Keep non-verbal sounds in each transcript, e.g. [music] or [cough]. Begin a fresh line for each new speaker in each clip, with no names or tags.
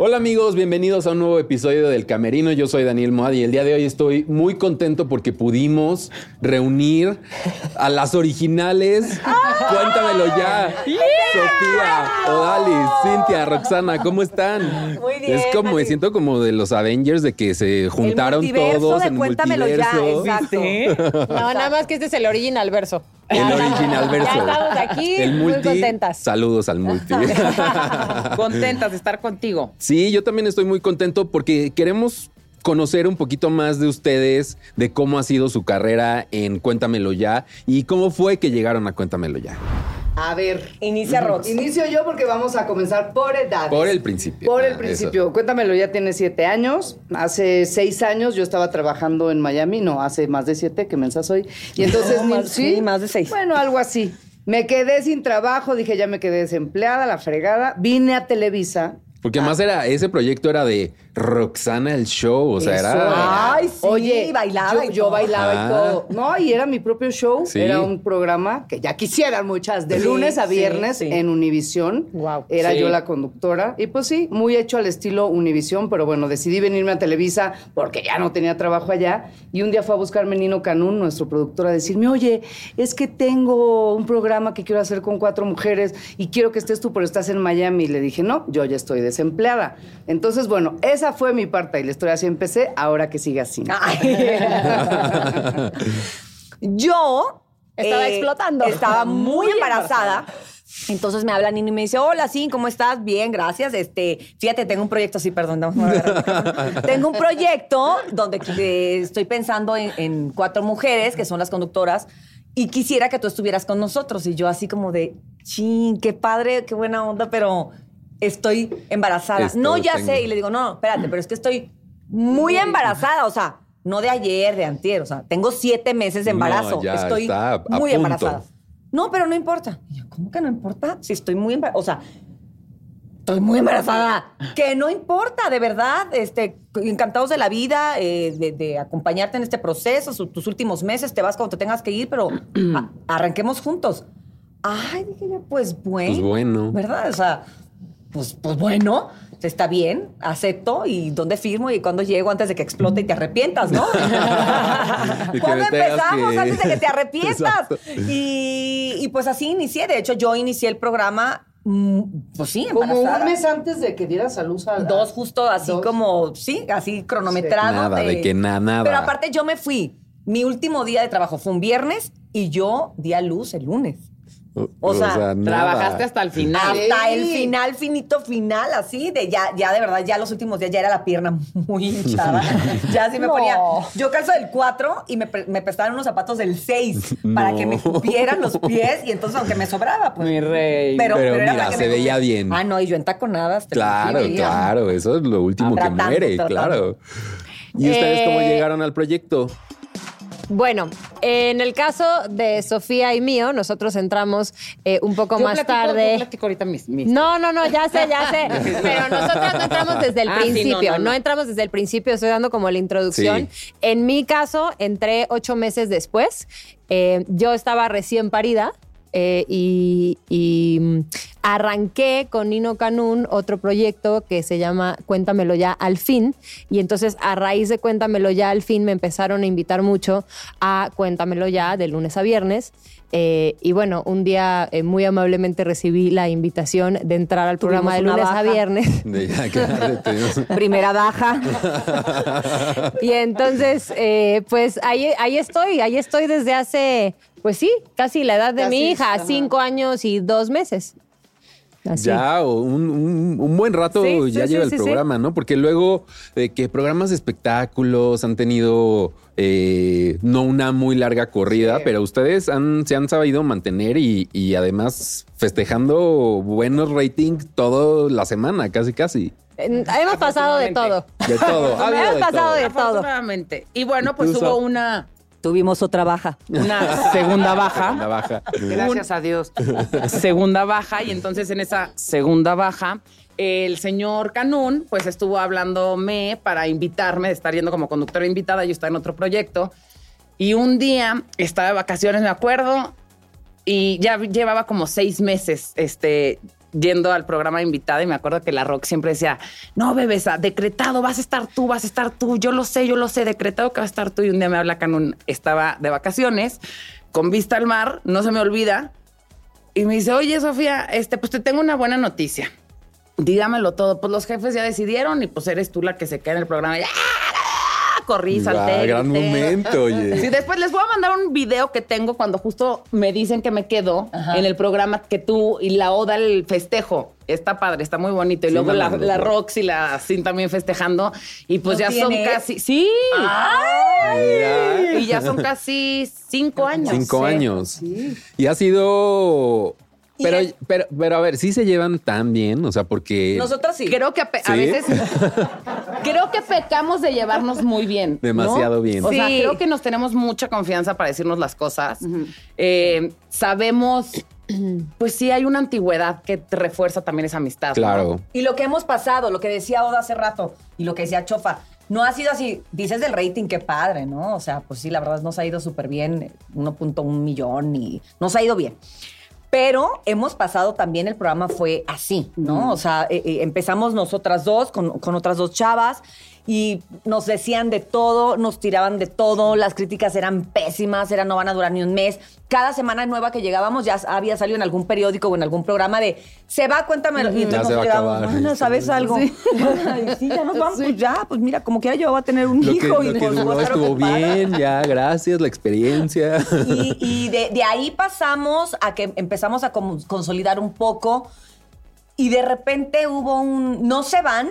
Hola amigos, bienvenidos a un nuevo episodio del Camerino. Yo soy Daniel Moad y el día de hoy estoy muy contento porque pudimos reunir a las originales. Cuéntamelo ya. Sofía, Odalis, Cintia, Roxana, ¿cómo están?
Muy bien,
Es como, me
Dani.
siento como de los Avengers de que se juntaron
multiverso
todos
de
en el
Cuéntamelo Ya,
multiverso.
exacto.
No, nada más que este es el original verso.
El original verso. [laughs]
Ya estamos aquí muy contentas.
Saludos al
[laughs]
multi.
[laughs] Contentas de estar contigo.
Sí, yo también estoy muy contento porque queremos conocer un poquito más de ustedes, de cómo ha sido su carrera en Cuéntamelo Ya y cómo fue que llegaron a Cuéntamelo Ya.
A ver.
Inicia Rox.
Inicio yo porque vamos a comenzar por edad.
Por el principio.
Por el
Ah,
principio. Cuéntamelo, ya tiene siete años. Hace seis años yo estaba trabajando en Miami, no, hace más de siete, que mensa soy. Y entonces,
No,
ni-
más- sí, más de seis.
Bueno, algo así. Me quedé sin trabajo, dije, ya me quedé desempleada, la fregada. Vine a Televisa.
eso. Porque más era, ese proyecto era de Roxana el show, o sea, era...
Eso. Ay, sí, bailaba
yo,
y
yo
todo.
bailaba
Ah.
y todo. No, y era mi propio show.
Sí.
Era un programa que ya quisieran muchas, de
Sí,
lunes a
sí,
viernes
sí.
en Univisión.
Guau.
Era
Sí.
yo la conductora. Y pues sí, muy hecho al estilo Univisión, pero bueno, decidí venirme a Televisa porque ya no tenía trabajo allá. Y un día fue a buscarme Nino Canún, nuestro productor, a decirme, oye, es que tengo un programa que quiero hacer con cuatro mujeres y quiero que estés tú, pero estás en Miami. Y le dije, no, yo ya estoy desempleada. Entonces, bueno, esa fue mi parte y la historia así empecé, ahora que siga así.
Ah, Ay. [laughs] Yo eh,
Estaba explotando.
Estaba muy,
Muy
embarazada. Entonces me habla Nino y me dice, hola, sí, ¿cómo estás? Bien, gracias. Este, fíjate, tengo un proyecto, sí, perdón. no, no, no,
[laughs]
no. tengo un proyecto donde eh, estoy pensando en, en cuatro mujeres que son las conductoras y quisiera que tú estuvieras con nosotros. Y yo así como de, ching, qué padre, qué buena onda, pero estoy embarazada.
Esto
no, ya
tengo.
sé. Y le digo, no, no, espérate, pero es que estoy muy embarazada, o sea, no de ayer, de antier, o sea, tengo siete meses de
No,
embarazo.
ya
estoy
está a
muy
punto.
embarazada. No, pero no importa. Y yo, ¿cómo que no importa? Si estoy muy embarazada, o sea, estoy muy embarazada. Que no importa, de verdad, este, encantados de la vida, eh, de, de acompañarte en este proceso, su- tus últimos meses, te vas cuando te tengas que
[clears throat]
ir, pero a- arranquemos juntos. Ay, dije yo, pues bueno.
Pues bueno.
¿Verdad? O sea, pues, pues bueno, está bien, acepto y dónde firmo y cuándo llego antes de que explote y te arrepientas, ¿no?
[laughs] Y que
¿Cuándo
me tengas
empezamos
que-
antes de que te
[laughs]
arrepientas?
Exacto.
Y, y pues así inicié. De hecho, yo inicié el programa, mm, pues sí,
Como
embarazada.
un mes antes de que dieras a luz a
Dos justo así
Dos.
como, sí, así cronometrado.
Nada, de que na- nada.
Pero aparte yo me fui. Mi último día de trabajo fue un viernes y yo di a luz el lunes.
O,
o
nada.
sea,
Trabajaste hasta el final.
Hasta
Sí.
el final, finito final, así, de ya, ya de verdad, ya los últimos días ya era la pierna muy
[laughs]
hinchada. ya así me
No.
ponía. Yo calzo del 4 y me, pre- me prestaron unos zapatos
[laughs]
del 6 para
No.
que me cupieran los pies y entonces aunque me sobraba, pues.
Mi rey.
Pero,
Pero
era
mira,
para que
se
me
veía
cupiera.
bien.
Ah, no, y yo en taconadas. te lo
Claro,
juro.
claro, eso es lo último que
Tratando,
muere,
tratando.
claro. ¿Y ustedes cómo
Eh,
llegaron al proyecto?
Bueno, en el caso de Sofía y mío, nosotros entramos eh, un poco
Yo
más
platico-
tarde.
yo platico ahorita mis- mis-
No, no, no, ya sé,
[laughs]
ya sé. Pero nosotras no entramos desde el
Ah, sí, no,
principio. no,
no, no.
entramos desde el principio, estoy dando como la introducción. En mi caso, entré ocho meses después. Eh, yo estaba recién parida. eh, y, y, mm, arranqué con Nino Canún otro proyecto que se llama Cuéntamelo ya al fin. Y entonces a raíz de Cuéntamelo ya al fin me empezaron a invitar mucho a Cuéntamelo ya de lunes a viernes. Eh, y bueno, un día eh, muy amablemente recibí la invitación de entrar al
Tuvimos
programa de
una
lunes
baja.
a viernes.
De ya, claro,
[laughs]
tuvimos-
Primera baja.
[laughs] Y entonces, eh, pues ahí, ahí estoy, ahí estoy desde hace, pues sí, casi la edad de
Casi,
mi hija,
ajá.
cinco años y dos meses. Así.
Ya, o un, un- un buen rato
Sí,
ya
sí,
lleva
sí,
el
sí,
programa, ¿no? Porque luego eh, que programas de espectáculos han tenido eh, no una muy larga corrida, pero ustedes han, se han sabido mantener y, y además festejando buenos ratings toda la semana, casi casi.
Eh, Hemos pasado de todo.
De
[laughs]
todo. ha habido
Hemos
de
pasado
todo. [laughs]
de todo.
Afortunadamente. Y bueno, pues
Incluso-
hubo una,
Tuvimos otra baja.
[laughs]
una segunda
La
baja.
baja.
Gracias a Dios.
[laughs] segunda baja. Y entonces en esa segunda baja, el señor Canún, pues estuvo hablándome para invitarme de estar yendo como conductora invitada. Yo estaba en otro proyecto. Y un día estaba de vacaciones, me acuerdo, y ya llevaba como seis meses este, yendo al programa de invitada y me acuerdo que la Rock siempre decía, no, bebesa, decretado, vas a estar tú, vas a estar tú, yo lo sé, yo lo sé, decretado que vas a estar tú. Y un día me habla Canun, estaba de vacaciones, con vista al mar, no se me olvida, y me dice, oye, Sofía, este, pues te tengo una buena noticia. Dígamelo todo. Pues los jefes ya decidieron y pues eres tú la que se queda en el programa. Y, ¡ah! Corrí, salté.
Ah, gran
grité.
momento, oye.
Sí, después les voy a mandar un video que tengo cuando justo me dicen que me quedo en el programa que tú y la Oda el festejo. Está padre, está muy bonito. Y
Sí,
luego
me
la,
mandó.
la Rox y la Sin también festejando. Y pues
¿Lo
ya son
tienes?
casi. Sí.
Ah.
Mira.
Y ya son casi cinco años.
Cinco
pues Sí.
años. Y ha sido. Pero, pero, pero a ver, sí se llevan tan bien, o sea, porque.
Nosotras sí.
Creo que a, pe- a
Sí. [laughs]
veces creo que pecamos de llevarnos muy bien. ¿no?
Demasiado bien.
O sea,
Sí.
creo que nos tenemos mucha confianza para decirnos las cosas. Eh, sabemos, pues sí, hay una antigüedad que te refuerza también esa amistad. ¿no?
Claro.
Y lo que hemos pasado, lo que decía Oda hace rato y lo que decía Chofa, no ha sido así. Dices del rating, qué padre, ¿no? O sea, pues sí, la verdad nos ha ido súper bien, 1.1 millón y nos ha ido bien. Pero hemos pasado también, el programa fue así, ¿no? O sea, eh, eh, empezamos nosotras dos con, con otras dos chavas y nos decían de todo, nos tiraban de todo, las críticas eran pésimas, eran no van a durar ni un mes. Cada semana nueva que llegábamos ya había salido en algún periódico o en algún programa de se va, cuéntamelo. Y
Ya
entonces
se va
nos
a
quedábamos,
acabar.
"Mana, ¿sabes algo? [laughs] Ay,
Sí.
Sí. ya nos vamos, pues ya, pues mira, como quiera yo voy a tener un
Lo que,
hijo
lo
y
que
pues,
duró
claro
estuvo
que para.
bien, ya, gracias, la experiencia.
Y, y de, de ahí pasamos a que empezamos a como consolidar un poco y de repente hubo un, no se van,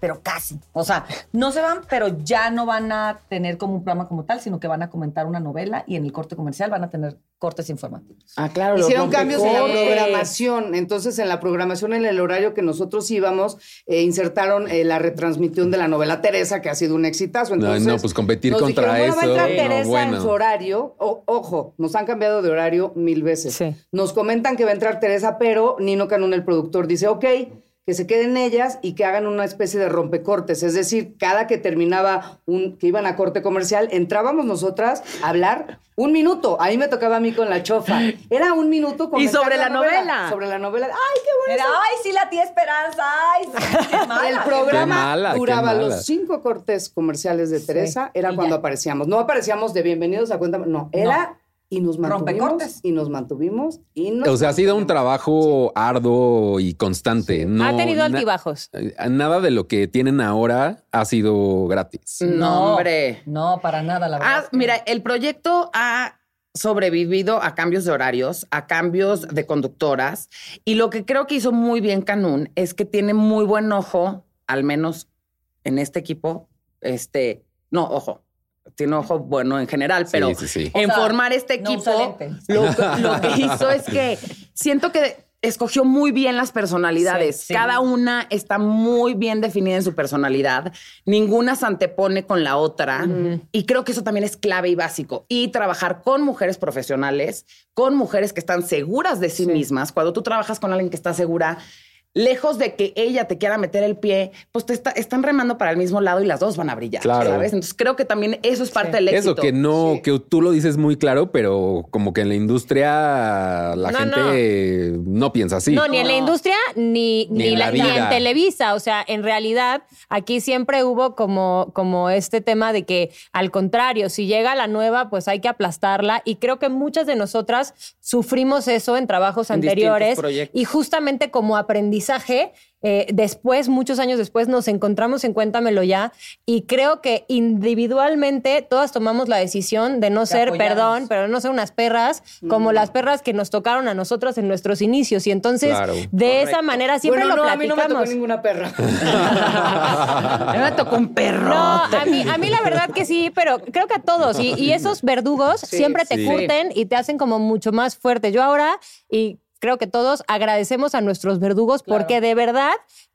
pero casi. O sea, no se van, pero ya no van a tener como un programa como tal, sino que van a comentar una novela y en el corte comercial van a tener cortes informativos.
Ah, claro. los
Hicieron cambios en la
rompecortes.
programación. Entonces, en la programación, en el horario que nosotros íbamos, eh, insertaron eh, la retransmisión de la novela Teresa, que ha sido un exitazo.
No,
Entonces,
no, pues, competir
nos
contra
dijeron, "Bueno, va a
eso,
entrar
no,
Teresa
bueno".
en su horario. O- ojo, nos han cambiado de horario mil veces.
Sí.
Nos comentan que va a entrar Teresa, pero Nino Canún, el productor, dice, ok, que se queden ellas y que hagan una especie de rompecortes. Es decir, cada que terminaba un, que iban a corte comercial, entrábamos nosotras a hablar un minuto. Ahí me tocaba a mí con la chofa. Era un minuto
Y
comentar
sobre la novela.
Sobre la novela. ¡Ay, qué bueno!
Era, ay, sí, la tía Esperanza, ay, sí,
[laughs]
qué mala".
el programa
Qué mala, qué
duraba
mala.
los cinco cortes comerciales de Teresa, era
y
cuando
ya.
aparecíamos. No aparecíamos de bienvenidos a cuenta, no, era y nos
Rompecortes.
mantuvimos y nos mantuvimos y
[laughs]
nos
O sea, ha sido un
mantuvimos.
trabajo arduo y constante. No,
ha tenido
na- eh,
altibajos.
Nada de lo que tienen ahora ha sido gratis.
No, hombre.
No, para nada, la verdad.
Ah,
es que-
mira, el proyecto ha sobrevivido a cambios de horarios, a cambios de conductoras. Y lo que creo que hizo muy bien Canún es que tiene muy buen ojo, al menos en este equipo, este, no, ojo. Tiene ojo bueno en general,
Sí,
pero
sí, sí.
en
O sea,
formar este
no
equipo,
usa lentes.
[laughs] lo, lo que hizo es que siento que escogió muy bien las personalidades.
Sí, sí.
Cada una está muy bien definida en su personalidad. Ninguna se antepone con la otra. Y creo que eso también es clave y básico. Y trabajar con mujeres profesionales, con mujeres que están seguras de sí, mismas. Cuando tú trabajas con alguien que está segura, lejos de que ella te quiera meter el pie, pues te está- están remando para el mismo lado y las dos van a brillar.
Claro.
¿sabes? Entonces creo que también eso es parte del éxito.
Eso que no, que tú lo dices muy claro, pero como que en la industria la
No,
gente no, piensa así.
No, ni en la industria, ni,
Ni
ni
en
la-
la
ni
vida.
en Televisa. O sea, en realidad, aquí siempre hubo como, como este tema de que, al contrario, si llega la nueva, pues hay que aplastarla. Y creo que muchas de nosotras sufrimos eso en trabajos
En distintos
anteriores.
proyectos.
Y justamente como aprendizaje, eh, después, muchos años después, nos encontramos en Cuéntamelo Ya. Y creo que individualmente todas tomamos la decisión de no ser,
apoyarnos.
perdón, pero no sé, unas perras, como las perras que nos tocaron a nosotros en nuestros inicios. Y entonces,
Claro.
de esa manera siempre
Bueno,
lo
no, a mí no
platicamos.
me tocó
[laughs]
ninguna perra.
A mí me tocó un perro.
No, a mí, a mí la verdad que sí, pero creo que a todos.
[laughs]
Y, y esos verdugos siempre te
sí.
curten y te hacen como mucho más fuerte. Yo ahora, y creo que todos agradecemos a nuestros verdugos porque de verdad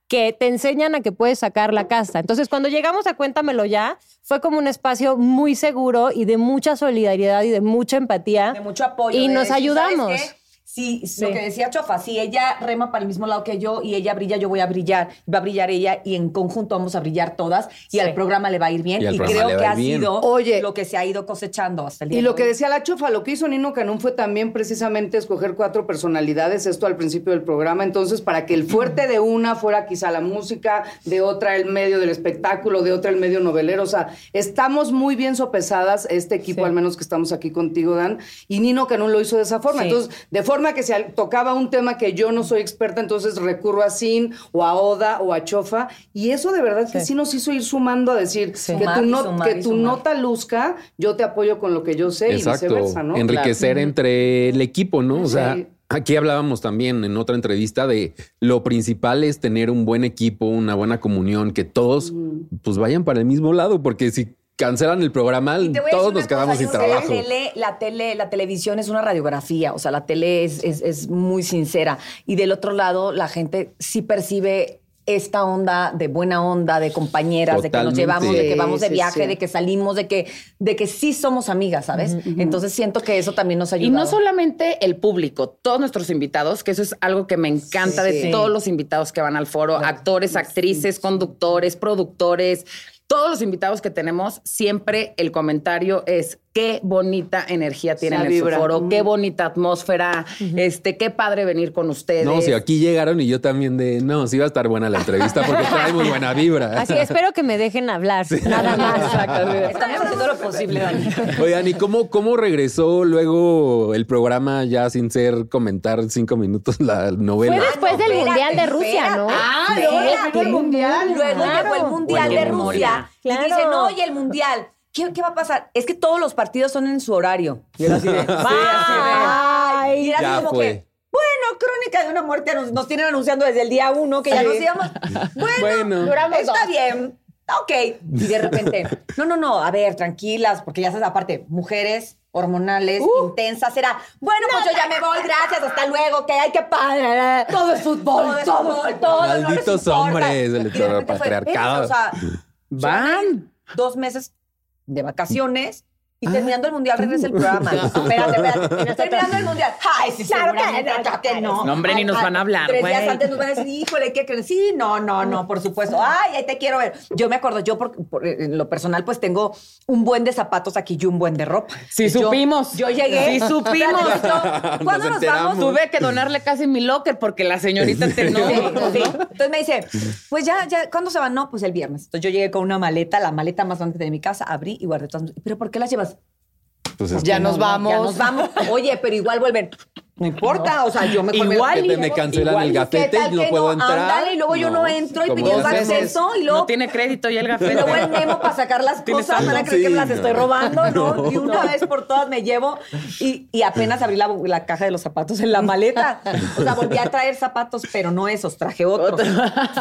que te enseñan a que puedes sacar la casta. Entonces, cuando llegamos a Cuéntamelo Ya, fue como un espacio muy seguro y de mucha solidaridad y de mucha empatía.
de mucho apoyo.
Y
de
nos
decir,
ayudamos.
"¿Sabes qué? si
Sí.
lo que decía Chofa, si ella rema para el mismo lado que yo y ella brilla, yo voy a brillar, va a brillar ella y en conjunto vamos a brillar todas y
Sí.
al programa le va a ir bien
Y
y,
al programa
creo
le va
que
a ir
ha
bien.
sido
Oye.
lo que se ha ido cosechando hasta el día
Y
de
lo
hoy.
que decía la chofa, lo que hizo Nino Canún fue también precisamente escoger cuatro personalidades, esto al principio del programa, entonces para que el fuerte de una fuera quizá la música, de otra el medio del espectáculo, de otra el medio novelero, o sea, estamos muy bien sopesadas, este equipo
Sí.
al menos que estamos aquí contigo, Dan, y Nino Canún lo hizo de esa forma,
Sí.
entonces de forma que si al- tocaba un tema que yo no soy experta, entonces recurro a Sin o a Oda o a Chofa, y eso de verdad que sí nos hizo ir sumando a decir
Sí.
que,
Sumar
tu,
y
no-
sumar
que
y
tu
sumar.
nota luzca, yo te apoyo con lo que yo sé y viceversa, ¿no?
Enriquecer entre el equipo, ¿no? O sea,
Sí.
aquí hablábamos también en otra entrevista de lo principal es tener un buen equipo, una buena comunión, que todos
Mm.
pues vayan para el mismo lado, porque si cancelan el programa,
Y te voy a
todos
decir
nos
una
quedamos
cosa,
sin
yo creo que
trabajo.
La tele, la tele, la televisión es una radiografía, o sea, la tele es, es- es muy sincera. Y del otro lado, la gente sí percibe esta onda de buena onda, de compañeras, de que nos
Totalmente.
llevamos, de que
Sí,
vamos de
sí,
viaje,
sí.
de que salimos, de que, de que sí somos amigas, ¿sabes? Entonces siento que eso también nos ayuda.
Y no solamente el público, todos nuestros invitados, que eso es algo que me encanta
Sí.
de todos los invitados que van al foro, actores, actrices, conductores, productores, todos los invitados que tenemos, siempre el comentario es qué bonita energía tienen
La
en su
vibra.
foro,
Mm.
qué bonita atmósfera, este, qué padre venir con ustedes.
No, si aquí llegaron y yo también de, no, sí va a estar buena la entrevista porque trae muy buena vibra.
[laughs]
Así, espero que me dejen hablar,
[laughs]
nada más.
[laughs] Estamos haciendo lo posible, Dani.
Oigan, ¿y cómo, cómo regresó luego el programa ya sin ser comentar cinco minutos la novela?
Fue después del
Ah, espérate,
Mundial de Rusia, ¿no?
Ah,
Sí,
luego
llegó el Mundial.
Luego
Claro.
llegó el Mundial
Buena
de
memoria.
Rusia.
Claro.
Y dicen, no, y el Mundial. ¿Qué, qué va a pasar? Es que todos los partidos son en su horario. Y
Ah,
era
[laughs]
así de, [laughs] sí, así de-
Bye.
Y era así
Ya
como
fue.
que, bueno, Crónica de una muerte nos, nos tienen anunciando desde el día uno que ya nos íbamos. [laughs] Bueno,
Bueno.
está bien. Ok. Y de repente, no, no, no, a ver, tranquilas, porque ya sabes, aparte, mujeres hormonales, intensas, era, bueno, pues yo ya me voy, gracias, hasta luego, que hay que padre. Todo es fútbol, todo es fútbol, todo. no les
Malditos
importa.
hombres del
Y de repente fue,
heteropatriarcado.
"Ven, O sea,
Van.
dos meses de vacaciones y terminando el mundial regresa el programa. espérate, [laughs] espérate. Terminando el mundial. Ay, sí,
Claro que-
seguramente, claro que no.
No, hombre, ni
Ay,
nos
ay,
van a hablar,
Tres días
güey.
antes nos van a decir, híjole, ¿qué creen? Sí, no, no, no, por supuesto. Ay, ahí te quiero ver. Yo me acuerdo, yo por, por- en lo personal, pues tengo un buen de zapatos aquí y un buen de ropa.
Sí,
Yo-
supimos.
Yo llegué.
Sí, supimos.
Espérate, yo,
Nos
¿Cuándo nos, vamos?
enteramos.
Tuve que donarle casi mi locker porque
[laughs]
la señorita te
[laughs]
no.
Sí, sí. Entonces me dice, pues ya, ya, ¿cuándo se van? No, pues el viernes. Entonces yo llegué con una maleta, la maleta más grande de mi casa, abrí y guardé todas. mis- ¿Pero por qué las llevas?
Pues es
Ya
que
nos
No,
vamos.
Ya nos vamos. Oye, pero igual vuelven. No importa, o sea, yo me
Igual
que te- me cancelan el gafete y no puedo entrar.
Ándale, y luego yo no
No,
entro y
¿cómo
pido
lo hacemos?
acceso y luego
No tiene crédito y el
me
gafete.
luego el memo para sacar las
Tienes
cosas, van a
algo.
creer que
Sí,
me las
no.
estoy robando, ¿no? Y una vez por todas me llevo y, y apenas abrí la, la caja de los zapatos en la maleta. O sea, volví a traer zapatos, pero no esos, traje otros.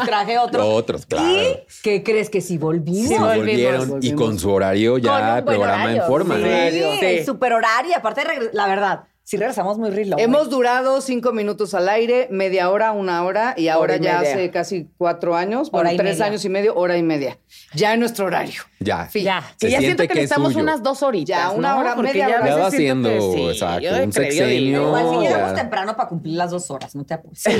Traje otros.
Otros, claro.
¿Y qué crees que si volvimos?
se
volvimos,
volvieron y
volvimos.
con su horario
Con
ya
un buen
programa
horario,
en forma.
sí.
Sí,
Adiós.
el super horario. Aparte, regre- la verdad, sí regresamos muy rilo. güey.
Hemos durado cinco minutos al aire, media hora, una hora, y ahora
y
ya
media.
hace casi cuatro años,
Hora
bueno,
y
tres
media.
años y medio, hora y media. Ya en nuestro horario.
Ya.
Fin.
Ya,
Se
que ya
siente
siento que
que es
necesitamos
suyo.
unas dos horitas.
Ya, una
¿no?
hora,
Porque
media
ya a
hora.
veces
Ya va
siento que
siendo,
sí,
exacto,
yo de
un
creo, yo digo.
sexenio.
Igual si
No,
llegamos
ya.
temprano para cumplir las dos horas, no te apures. Sí,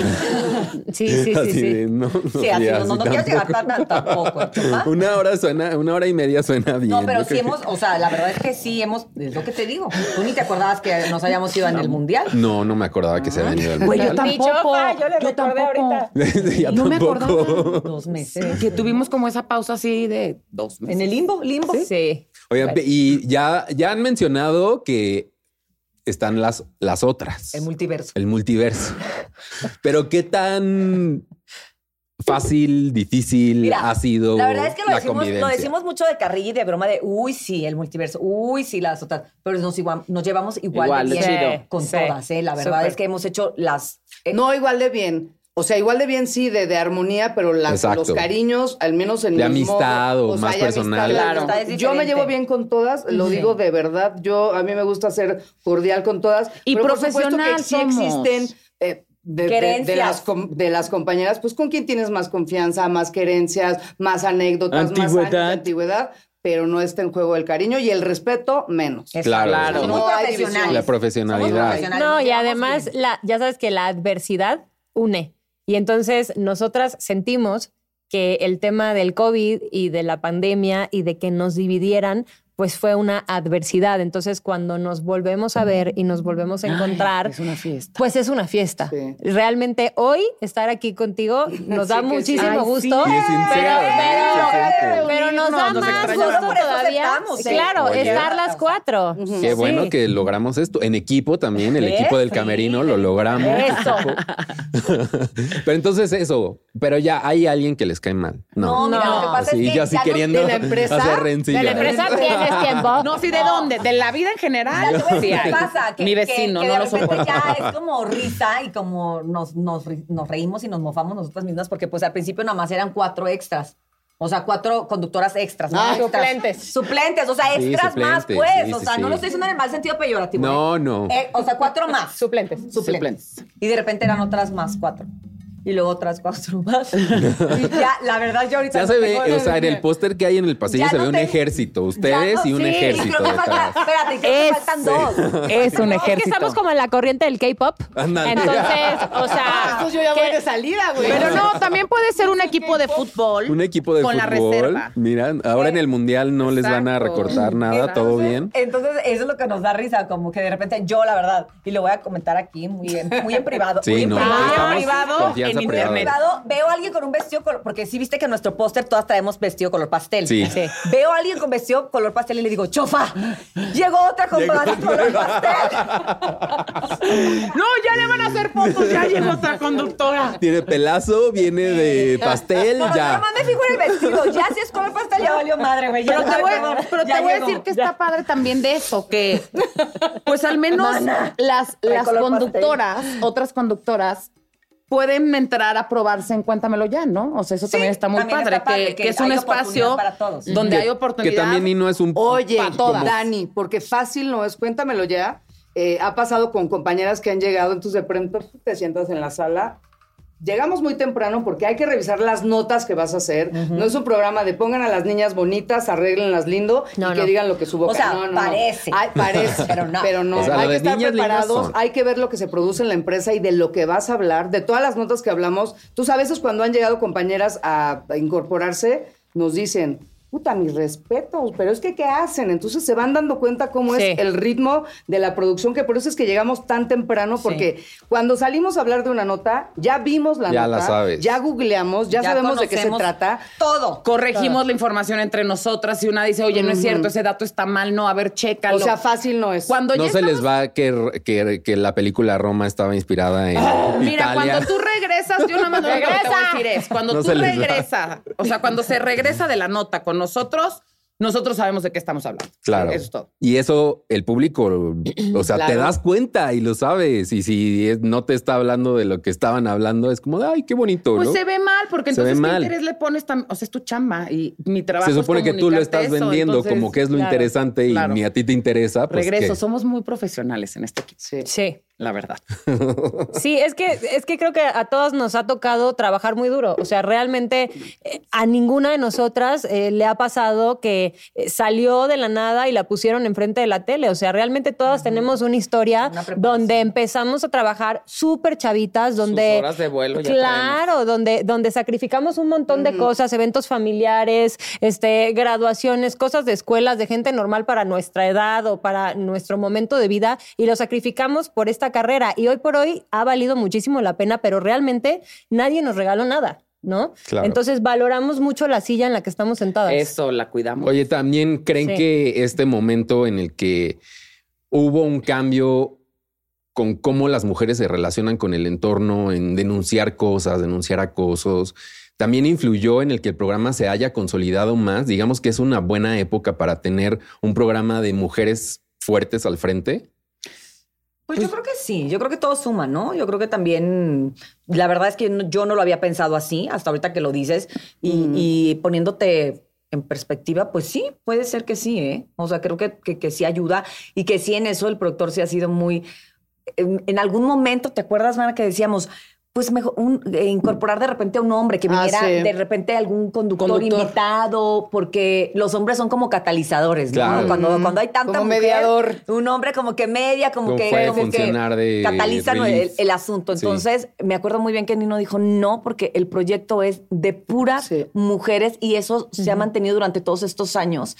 Sí, sí, sí,
Así
sí.
de, no, no,
sí, así
ya,
no, no,
así
no quieres llegar
tampoco.
tan, tan- tampoco.
[laughs]
¿verdad?
Una hora suena, una hora y media suena bien.
[laughs] No, pero
Yo
sí
creo que-
hemos, o sea, la verdad es que sí hemos, es lo que te digo. Tú ni te acordabas que nos hayamos ido en el mundial.
[laughs] [laughs] No, no me acordaba que se había ido al
Güey, yo
mundial.
tampoco.
yo le recordé ahorita.
[laughs] Sí, ya
No me
tampoco.
Dos meses.
Que tuvimos como esa pausa así de dos meses.
En el limbo, limbo.
Sí.
Oigan, pe- y ya, ya han mencionado que están las, las otras.
El multiverso.
El multiverso. Pero qué tan fácil, difícil
Mira,
ha sido
La verdad es que lo
la
decimos, lo
convivencia.
decimos mucho de carrilla y de broma de, uy, sí, el multiverso, uy, sí, las otras, pero nos, igua- nos llevamos igual,
Igual
de
de
bien
chido.
con
Sí,
todas, ¿eh? La verdad
súper.
es que hemos hecho las... eh,
No igual de bien. O sea, igual de bien sí, de, de armonía, pero las-
Exacto.
los cariños, al menos en
De
mi
amistad o más personal.
Claro.
Yo me llevo
diferente.
bien con todas, lo digo de verdad. Yo a mí me gusta ser cordial con todas.
Y
pero por supuesto que
profesional
sí
somos.
existen. eh, de, de- de
Querencias.
las com- de las compañeras, pues con quién tienes más confianza, más querencias, más anécdotas, más años de
Antigüedad.
antigüedad. pero no está en juego el cariño y el respeto menos.
Claro.
Claro.
Somos
No hay
profesionales.
división.
La
Somos
profesionalidad.
profesionales,
No,
nos
y
llevamos
además,
bien.
la, ya sabes que la adversidad une. Y entonces nosotras sentimos que el tema del COVID y de la pandemia y de que nos dividieran, pues fue una adversidad. Entonces, cuando nos volvemos a ver y nos volvemos a encontrar,
Es una fiesta.
pues es una fiesta.
Sí.
Realmente hoy estar aquí contigo nos da
Sí, que sí.
muchísimo
Ay, sí.
gusto.
Y sincero,
pero,
¿no?
pero-
Sincero.
pero nos da
Reunirnos, nos
más
extrañamos.
gusto
Por eso
todavía.
aceptamos, ¿eh?
Claro,
Oye.
estar las cuatro.
Qué
Sí.
bueno que logramos esto. En equipo también, el
¿Eh?
equipo del camerino lo logramos.
Eso.
[laughs] Pero entonces eso, pero ya hay alguien que les cae mal. No.
No, mira,
No.
lo que pasa
Así,
es que
yo así
ya no-
queriendo
de la empresa,
hacer
De
rencilla.
la empresa tienes tiempo.
No, sí, ¿de dónde? ¿De la vida en
Te
general?
voy a
Sí,
decir qué
hay.
pasa, que,
Mi vecino,
que- que
no
de
lo
repente
soporto. [laughs]
ya es como risa y como nos, nos, ri- nos reímos y nos mofamos nosotras mismas porque pues al principio nada más eran cuatro extras. O sea, cuatro conductoras extras. no
Ah,
extras.
suplentes.
Suplentes, o sea,
Sí,
extras más,
suplentes,
pues.
sí,
o
sí,
sea, no
sí.
lo estoy diciendo en el mal sentido peyorativo.
No,
¿eh?
no.
Eh, o sea, cuatro más.
Suplentes.
Suplentes. Y de repente eran otras más cuatro. Y luego otras cuatro más. y ya, la verdad, yo ahorita.
Ya
no
se ve,
tengo-
o sea, en el póster que hay en el pasillo
Ya
se
no
ve un
tengo-
ejército,
Ya
ustedes
no-
y un
sí,
ejército
creo que falta,
detrás.
espérate, creo
Es-
que faltan dos.
Es un ejército.
No, Es que estamos como en la corriente del K-pop.
Ándale.
Ah, Entonces, o
Ah,
sea.
Entonces yo ya voy
que-
de salida, güey.
Pero no, también puede ser un equipo de fútbol.
Un equipo de
con
fútbol.
la reserva.
Mira, ahora en el mundial no les van a
Exacto.
recortar nada, todo
Entonces,
bien.
Entonces, eso es lo que nos da risa, como que de repente yo, la verdad, y lo voy a comentar aquí muy en, muy en privado.
Sí,
muy en
no,
privado.
estamos
Muy en
privado
confianza
en
privada.
internet.
privado, veo a alguien con un vestido color, porque sí viste que en nuestro póster todas traemos vestido color pastel.
Sí.
Sí.
Veo a alguien con vestido color pastel y le digo, chofa, llegó otra con
Llegó
vestido color [laughs] pastel.
No, ya le van a hacer fotos, ya llegó otra conductora.
Tiene pelazo, viene de pastel,
Pero nada
ya.
más me fijo en el vestido, ya si es color pastel ya valió madre, güey. ya
Pero te
no
voy,
hay perdón,
pero te
ya
voy a
llegó.
decir que está padre también de eso, que pues al menos
Mana,
las,
hay
las
color
conductoras, otras conductoras, pueden entrar a probarse en Cuéntamelo Ya, ¿no? O sea, eso
Sí,
también está muy
también
padre,
está padre,
que,
que
que es un
hay
espacio
oportunidad para todos.
donde
Que-
hay oportunidad.
Que también y no es un
Oye,
Pa' todas.
Dani, porque fácil no es, cuéntamelo ya. Eh, ha pasado con compañeras que han llegado, entonces de pronto te sientas en la sala. Llegamos muy temprano porque hay que revisar las notas que vas a hacer. No es un programa de pongan a las niñas bonitas, arreglenlas lindo
No,
y que
no.
digan lo que su boca.
O sea,
no, no, no.
parece.
Ay, parece,
[laughs] Pero no.
Pero no.
O sea, lo
hay
de
que estar
niñas lindas
preparados,
son.
hay que ver lo que se produce en la empresa y de lo que vas a hablar, de todas las notas que hablamos. Tú sabes, es cuando han llegado compañeras a a incorporarse, nos dicen, puta, mis respetos, pero es que ¿qué hacen? Entonces se van dando cuenta cómo
Sí.
es el ritmo de la producción, que por eso es que llegamos tan temprano, porque cuando salimos a hablar de una nota, ya vimos la
Ya
nota,
la sabes.
ya googleamos, ya, sabemos de qué se
conocemos
trata.
Todo.
Corregimos la información entre nosotras y una dice, oye, no es cierto, ese dato está mal, no, a ver, chécalo.
O sea, fácil no es.
cuando
No
ya
se les
estamos-
va que, que, que la película Roma estaba inspirada en
Ah, Mira,
Italia. [laughs]
cuando tú regresas, yo nada más lo único que te voy a decir es, cuando
No
tú
se les da.
regresas, o sea, cuando se regresa de la nota con nosotros, nosotros sabemos de qué estamos hablando.
Claro.
Eso es todo.
Y eso el público, o sea, te
Claro.
das cuenta y lo sabes. Y si es- no te está hablando de lo que estaban hablando, es como, de, ay, qué bonito,
Pues
¿no?
se ve mal, porque
Se ve
entonces
mal.
qué interés le pones también. O sea, es tu chamba y mi trabajo.
Se
es
supone que tú lo
comunicarte
estás
eso,
vendiendo
entonces,
como que es lo
claro,
interesante y
claro.
ni a ti te interesa. Pues,
Regreso,
¿qué?
somos muy profesionales en este equipo,
Sí.
Sí.
la verdad.
Sí, es que, es que creo que a todas nos ha tocado trabajar muy duro. O sea, realmente eh, a ninguna de nosotras eh, le ha pasado que eh, salió de la nada y la pusieron enfrente de la tele. O sea, realmente todas tenemos una historia
Una preparación.
donde empezamos a trabajar súper chavitas, donde...
horas de vuelo ya
Claro, donde, donde sacrificamos un montón de cosas, eventos familiares, este, graduaciones, cosas de escuelas, de gente normal para nuestra edad o para nuestro momento de vida y lo sacrificamos por esta carrera. Y hoy por hoy ha valido muchísimo la pena, pero realmente nadie nos regaló nada, ¿no?
Claro.
Entonces valoramos mucho la silla en la que estamos sentadas.
Eso la cuidamos.
Oye, también creen
Sí.
que este momento en el que hubo un cambio con cómo las mujeres se relacionan con el entorno, en denunciar cosas, denunciar acosos, también influyó en el que el programa se haya consolidado más. Digamos que es una buena época para tener un programa de mujeres fuertes al frente.
Pues, yo creo que sí, yo creo que todo suma, ¿no? Yo creo que también, la verdad es que no- yo no lo había pensado así hasta ahorita que lo dices y, y poniéndote en perspectiva, pues sí, puede ser que sí, ¿eh? O sea, creo que, que, que sí ayuda y que sí en eso el productor sí ha sido muy... En, en algún momento, ¿te acuerdas, Mara, que decíamos, pues mejor un- eh, incorporar de repente a un hombre que
Ah,
viniera
sí.
de repente algún conductor,
Conductor.
invitado, porque los hombres son como catalizadores, ¿no?
Claro.
Cuando, cuando hay tanta
Como
mujer,
mediador.
un hombre como que media, como
Como
que,
puede
como que
funcionar de
cataliza ¿no? el,
relief.
el asunto.
Sí.
Entonces, me acuerdo muy bien que Nino dijo no, porque el proyecto es de puras
Sí.
mujeres y eso se ha mantenido durante todos estos años.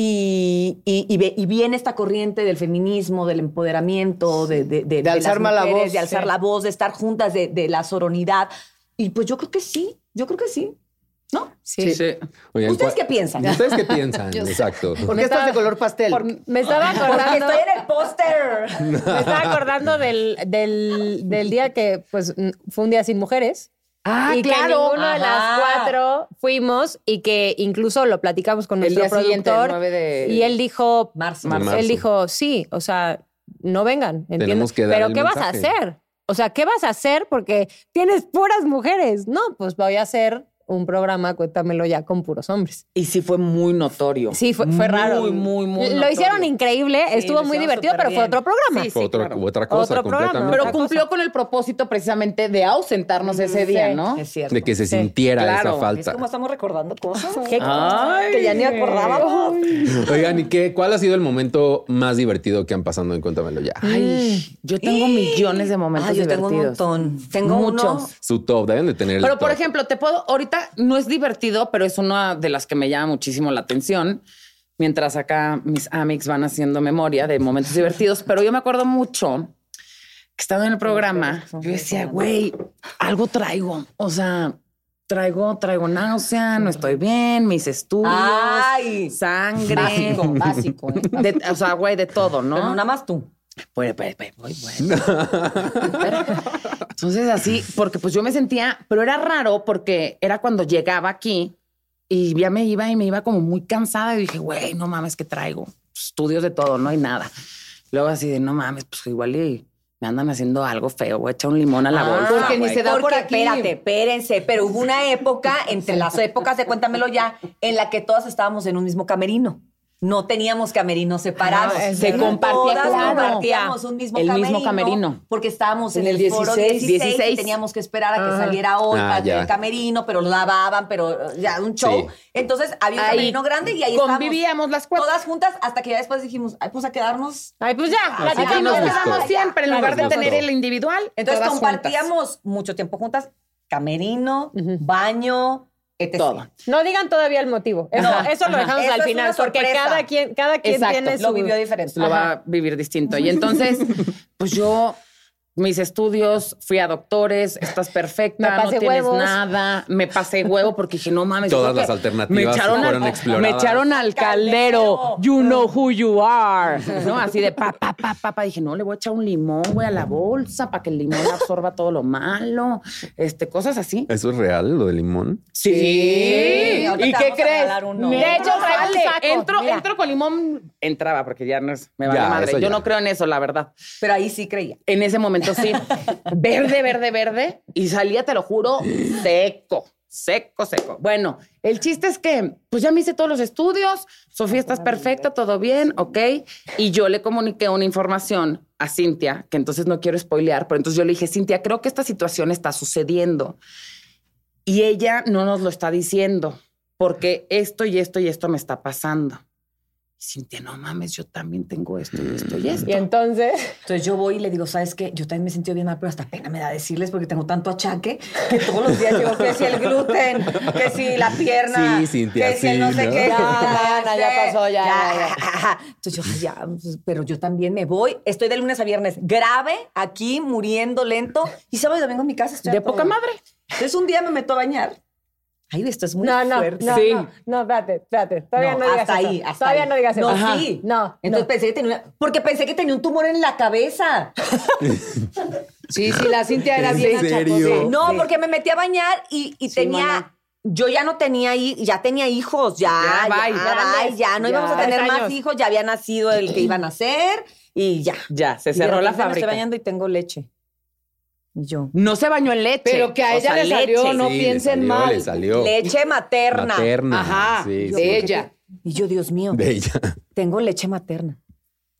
Y, y- y ve- y viene esta corriente del feminismo, del empoderamiento, de, de- de- las
alzar la
mujeres,
voz,
De alzar
sí.
la voz, de estar juntas, de, de la soronidad. Y pues yo creo que sí, yo creo que sí. ¿No?
Sí.
Oigan, ¿cuál-
¿Ustedes qué piensan?
¿Ustedes qué piensan? Exacto.
Porque estás de color pastel.
Por-
[laughs]
me
[laughs]
estaba
Porque
acordando.
estoy en el póster.
Me estaba acordando del, del, del día que pues mm, fue un día sin mujeres.
Ah,
y que ninguno de las
Ajá.
cuatro fuimos y que incluso lo platicamos con
El
nuestro
día siguiente, el
productor.
9 de-
Y él dijo,
Marzo.
Marzo.
él dijo, sí, o sea, no vengan, entiendo.
Tenemos que dar
Pero
el
¿qué vas a
mensaje.
hacer? O sea, ¿qué vas a hacer? Porque tienes puras mujeres. No, pues voy a hacer un programa, cuéntamelo ya, con puros hombres.
Y sí fue muy notorio.
Sí, fue, fue raro.
Muy, muy, muy.
Lo
notorio.
hicieron increíble,
Sí,
estuvo
lo
muy
hicieron
divertido,
súper
pero fue
bien.
otro
Sí,
programa.
sí,
Fue otra-
claro.
otra cosa
Otro programa,
completamente.
Pero
otra
cumplió
cosa.
con el propósito precisamente de ausentarnos ese
Sí.
día, ¿no?
Es cierto.
de que se sintiera
Claro.
esa
Es
falta.
como estamos recordando cosas
Qué
Ay,
que ya ni
güey.
acordábamos.
Oigan, ¿y qué? ¿Cuál ha sido el momento más divertido que han pasado en Cuéntamelo ya?
Mm. Ay, yo tengo millones de momentos
Ah, Mm. yo tengo
divertidos.
un montón. Tengo
Muchos.
uno-
Su top, deben de tener el
Pero, por
top.
ejemplo, te puedo, ahorita no es divertido, pero es una de las que me llama muchísimo la atención. Mientras acá mis amics van haciendo memoria de momentos divertidos, pero yo me acuerdo mucho que estaba en el programa. Yo decía, güey, algo traigo. O sea, traigo, traigo náusea, no estoy bien, mis estudios,
Ay.
sangre.
Básico, básico. ¿eh?
De- o sea, güey, de todo, ¿no?
Pero nada más tú.
Pues, pues, pues,
[laughs]
pues, bueno. Entonces, así, porque pues yo me sentía, pero era raro porque era cuando llegaba aquí y ya me iba y me iba como muy cansada y dije, güey, no mames, que traigo? Estudios de todo, no hay nada. Luego así de, no mames, pues igual y me andan haciendo algo feo, voy a echar un limón a la bolsa.
Ah, porque ni
güey".
se da por aquí.
Espérate, espérense, pero hubo una época, entre las épocas de Cuéntamelo Ya, en la que todas estábamos en un mismo camerino. No teníamos camerinos separados.
Ah, es Se verdad. compartía,
Todas
claro.
compartíamos un mismo
El
camerino.
mismo camerino.
Porque estábamos en,
En
el,
el
foro
16,
16,
16.
y teníamos que esperar a que saliera hoy
Ah,
para
ya.
el camerino, pero lo lavaban, pero eh, ya un show.
Sí.
Entonces había un
Ahí
camerino grande y ahí
convivíamos
estábamos
las cuatro.
Todas juntas hasta que ya después dijimos, "Ay, pues a quedarnos
Ay, pues ya,
Así
Aquí
que
nos
nos
platicamos.
gustó.
quedamos siempre en lugar de
nos
tener
gustó.
el individual.
Entonces
todas juntas.
compartíamos mucho tiempo juntas, camerino, baño, etc.
Todo.
No digan todavía el motivo. Eso,
Ajá,
eso lo
ajá.
dejamos
Eso
al
es
final,
una
porque
sorpresa.
cada quien, cada quien
Exacto,
tiene su.
Lo vivió diferente.
lo va a vivir distinto. Y entonces, pues yo, mis estudios, fui a doctores, estás perfecta,
Me
no
pasé
tienes
huevos.
nada, me pasé huevo porque dije, no mames. yo
Todas
creo
las
que
alternativas fueron exploradas.
Me echaron al caldero, you know who you are, ¿no? Así de pa, pa, pa, pa, pa. Dije, no, le voy a echar un limón, güey, a la bolsa para que el limón absorba todo lo malo, este, cosas así.
¿Eso es real, lo del limón?
Sí.
ahorita
¿Y
te
qué
vamos a
crees?
regalar uno.
De hecho,
Entro,
traigo un
sale,
saco,
entro,
mira.
entro
con limón. Entraba porque ya no es, me vale
Ya, eso
madre.
ya.
Yo no creo en eso, la verdad.
Pero ahí sí creía.
En ese momento
[laughs]
sí. verde, verde, verde. Y salía, te lo juro, seco, seco, seco. Bueno, el chiste es que, pues ya me hice todos los estudios. Sofía, estás perfecta, todo bien, ok. Y yo le comuniqué una información a Cintia, que entonces no quiero spoilear, pero entonces yo le dije, Cintia, creo que esta situación está sucediendo. Y ella no nos lo está diciendo, porque esto y esto y esto me está pasando. Y Cintia, no mames, yo también tengo esto y esto y esto.
Y entonces.
Entonces yo voy y le digo, ¿sabes qué? Yo también me he sentido bien mal, pero hasta pena me da decirles porque tengo tanto achaque que todos los días digo que si el gluten, que si la pierna,
Sí, Cintia,
que si el no
sí,
sé
¿no?
qué.
Ya,
Ana, ya
este,
pasó, ya, ya,
Entonces yo, ay, ya, pues, pero yo también me voy. Estoy de lunes a viernes grave, aquí, muriendo lento. Y sábado y domingo en mi casa estoy a
De
todo. [laughs]
poca madre.
Entonces un día me meto a bañar. Ay, esto es muy
No, no,
fuerte.
no,
Sí.
no, no, espérate, espérate. Todavía no,
No,
digas
hasta
eso.
ahí, hasta
Todavía
ahí.
no digas eso.
No,
Ajá.
sí.
No,
Entonces
no.
pensé que tenía una- porque pensé que tenía un tumor en la cabeza.
Sí, sí, la Cintia era
¿En
bien achacosa.
serio?
Sí.
No, porque me metí a bañar y, y tenía.
mana.
Yo ya no tenía hi- ya tenía hijos, ya, ya,
Ya, bye.
ya, bye, ya, no
Ya.
íbamos a tener
Tres
más
años.
hijos, ya había nacido el que iba a nacer y ya.
Ya, se
Y de
cerró la
repente Me
fábrica.
estoy bañando y tengo leche. Y yo.
No se bañó en leche.
Pero que a
O sea,
ella le salió,
leche.
no
Sí, le
piensen
salió,
mal.
Le salió.
Leche materna.
Materna.
Ajá.
Sí,
De
sí.
ella.
Y yo, Dios mío,
De ella.
tengo leche materna.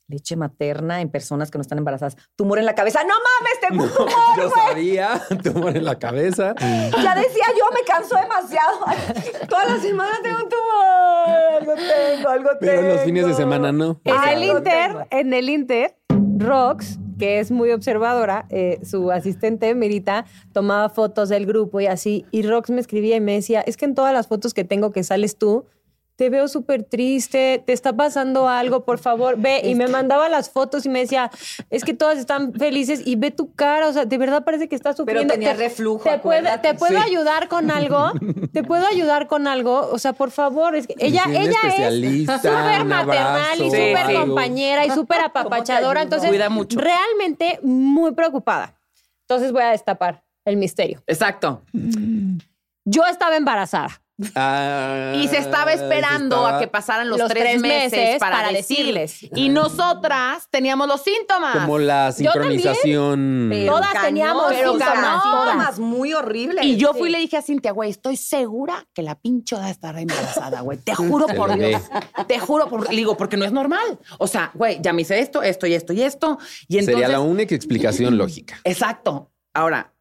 Leche materna en personas que no están embarazadas. Tumor en la cabeza. ¡No mames!
[laughs]
¡Tengo un tumor,
Yo
güey!
sabía, [laughs] tumor en la cabeza.
Ya decía yo, me cansó demasiado. Ay, Todas las semanas tengo un tumor. Algo tengo, algo tengo.
Pero los fines de semana no.
En
Ah,
el
lo
Inter,
tengo.
en el Inter, Rox, que es muy observadora, eh, su asistente Mirita tomaba fotos del grupo y así, y Rox me escribía y me decía, es que en todas las fotos que tengo que sales tú, te veo súper triste, te está pasando algo, por favor, ve. Y me mandaba las fotos y me decía, es que todas están felices y ve tu cara, o sea, de verdad parece que estás sufriendo.
tenía
Te-
reflujo,
Te puedo,
acuérdate.
te puedo ayudar con algo, te puedo ayudar con algo, o sea, por favor, es que ella,
Sí, Pues una
ella es
especialista,
[laughs] súper
un
maternal
abrazo,
y
Sí,
súper
sí.
compañera y súper apapachadora. Entonces,
Cuida mucho.
realmente muy preocupada. Entonces voy a destapar el misterio.
Exacto.
Yo estaba embarazada.
[laughs] Ah,
Y se estaba esperando
estaba-
a que pasaran los,
Los
tres,
tres
meses,
meses
para,
para
decirles.
decirles.
Y nosotras teníamos los síntomas.
Como la sincronización.
Pero
Todas teníamos
pero
síntomas,
cañón,
todas.
síntomas muy horribles.
Y yo fui y le dije a Cintia, güey, estoy segura que la pinchoda estará embarazada,
[laughs]
güey. Te juro
Se
por
le
Dios. Te juro por. Le digo, porque no es normal. O sea, güey, ya me hice esto, esto y esto y esto. Y entonces.
Sería la única explicación lógica.
Exacto. Ahora,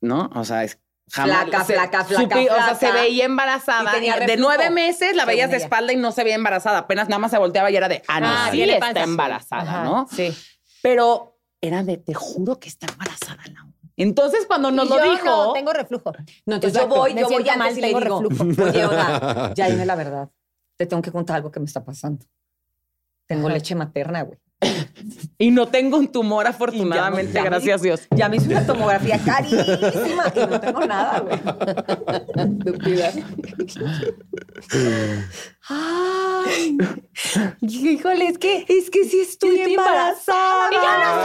¿no? O sea, es. Jamás
Flaca, flaca, flaca,
O sea,
flaca.
se veía embarazada.
Y tenía
de
reflujo,
nueve meses la
según
veías de
ella.
espalda y no se veía embarazada. Apenas nada más se volteaba y era de, ah, no,
Ah,
sí
¿qué le
está
pasa?
embarazada,
Ajá,
¿no?
Sí.
Pero era de, te juro que está embarazada la Entonces, cuando nos
Y
lo
yo
dijo.
No, tengo reflujo.
No, entonces
Exacto.
yo voy,
Me
yo voy
siento
antes
mal,
y le
tengo
digo, [laughs]
reflujo.
oye,
[laughs]
Oda, ya dime la verdad. Te tengo que contar algo que me está pasando. Tengo
Ajá.
leche materna, güey.
Y no tengo un tumor,
Y
afortunadamente,
ya no-
gracias a Dios.
Ya me hice una tomografía carísima y no tengo nada,
[laughs]
güey.
Ay, [laughs] híjole, es que, es que sí estoy, embarazada. Y yo no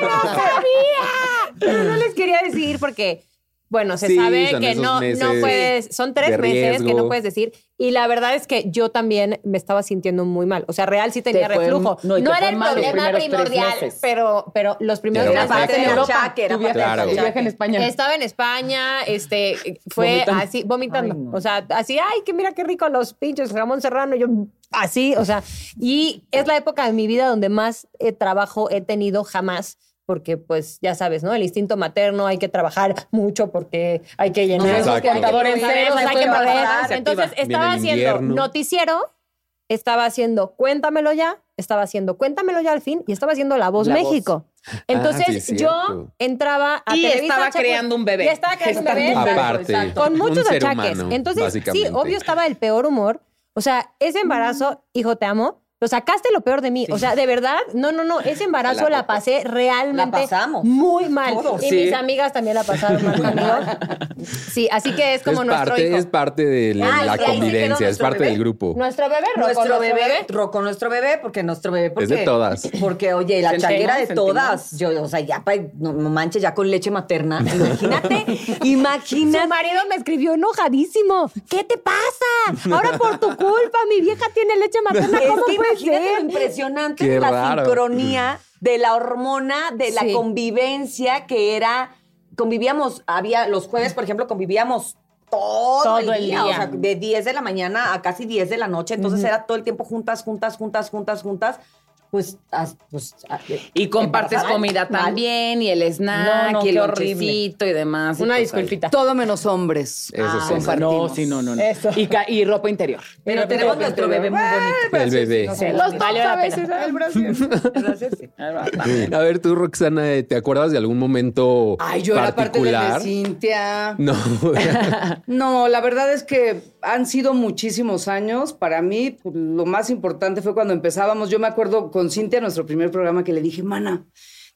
[laughs]
no sabía. Pero no les quería decir porque, bueno, se
Sí,
sabe
son
que
esos
no, no
meses
puedes, son tres
de
meses que
riesgo.
no puedes decir. Y la verdad es que yo también me estaba sintiendo muy mal. O sea, real sí tenía
Te fue-
reflujo.
no,
No,
y te fue
era el
mal los
problema
primeros tres
primordial,
meses.
pero, pero los primeros
Pero
tres
Era parte
meses
del
en Europa.
achaque, era
Tu
parte
viaje-
Claro.
del
tu
achaque.
viaje en España.
Estaba en España, este, fue
Vomitando.
así, vomitando.
Ay, no.
O sea, así, ay, que mira qué rico los pinches, Ramón Serrano, yo así, o sea, y es la época de mi vida donde más eh, trabajo he tenido jamás. Porque, pues, ya sabes, ¿no? El instinto materno hay que trabajar mucho porque hay que llenar.
Exacto.
hay que
Contador
en
preparar,
ceros,
hay que
estoy
preparar.
embarazada,
Entonces,
se activa.
estaba
Viene el
haciendo
invierno.
noticiero, estaba haciendo Cuéntamelo Ya, estaba haciendo Cuéntamelo Ya al fin y estaba haciendo La Voz
La Voz.
México. Entonces,
sí, es
yo
cierto.
entraba a
Y
Televisa
estaba
Chapu-
creando un bebé.
Y estaba creando un bebé.
Gestando un
exacto,
Aparte,
exacto. Con muchos
un ser
achaques.
humano,
Entonces, sí,
básicamente.
obvio estaba el peor humor. O sea, ese embarazo, hijo, te amo. Lo sacaste lo peor de mí. O sea, de verdad, no, no, no. Ese embarazo la, pasé realmente
La pasamos.
muy mal.
Todos.
Y
Sí.
mis amigas también la
[laughs]
pasaron mal conmigo. Sí, así que es como
es
nuestro
parte,
hijo.
es parte de la,
Ah,
la
es que ahí se quedó
convivencia, es
nuestro
parte
bebé.
del grupo.
Nuestro bebé, Rocco,
Nuestro bebé,
bebé.
Rocco, nuestro bebé, porque nuestro bebé, porque...
Es de todas.
Porque, oye, la
Sentimos,
chaquera de
sentimos.
todas. Yo, o sea, ya, pa- no, no manches, ya con leche materna.
[laughs]
Imagínate, imagínate.
Su marido me escribió enojadísimo. ¿Qué te pasa? Ahora por tu culpa, mi vieja tiene leche
[laughs]
materna.
Es
¿Cómo
que
puede
imagínate lo
ser?
impresionante
Qué
de la
raro.
sincronía, de la hormona, de la
Sí.
convivencia que era. Convivíamos, había los jueves, por ejemplo, convivíamos todo,
Todo
el,
el
día,
día.
o sea, de 10 de la mañana a casi 10 de la noche, entonces era todo el tiempo juntas, juntas, juntas, juntas, juntas. Pues, as- pues, a-
Y compartes
embarazada.
comida
Mal.
también, y el
No,
snack,
no,
y el
qué horrible.
lonchecito y demás. y
Una
pues, Ah,
disculpita.
Todo menos hombres.
Eso
Ah,
sí.
ahí. No, sí, no, no. no. Y, ca- y ropa interior.
Pero tenemos nuestro bebé muy bonito.
El bebé.
Los valió la pena.
el
A ver, tú, Roxana, ¿eh, ¿te acuerdas de algún momento
Ay, yo era parte de la
particular? Mm.
de Cintia.
no, [laughs]
No, la verdad es que han sido muchísimos años. Para mí, pues, lo más importante fue cuando empezábamos. Yo me acuerdo con Cintia, nuestro primer programa, que le dije, mana,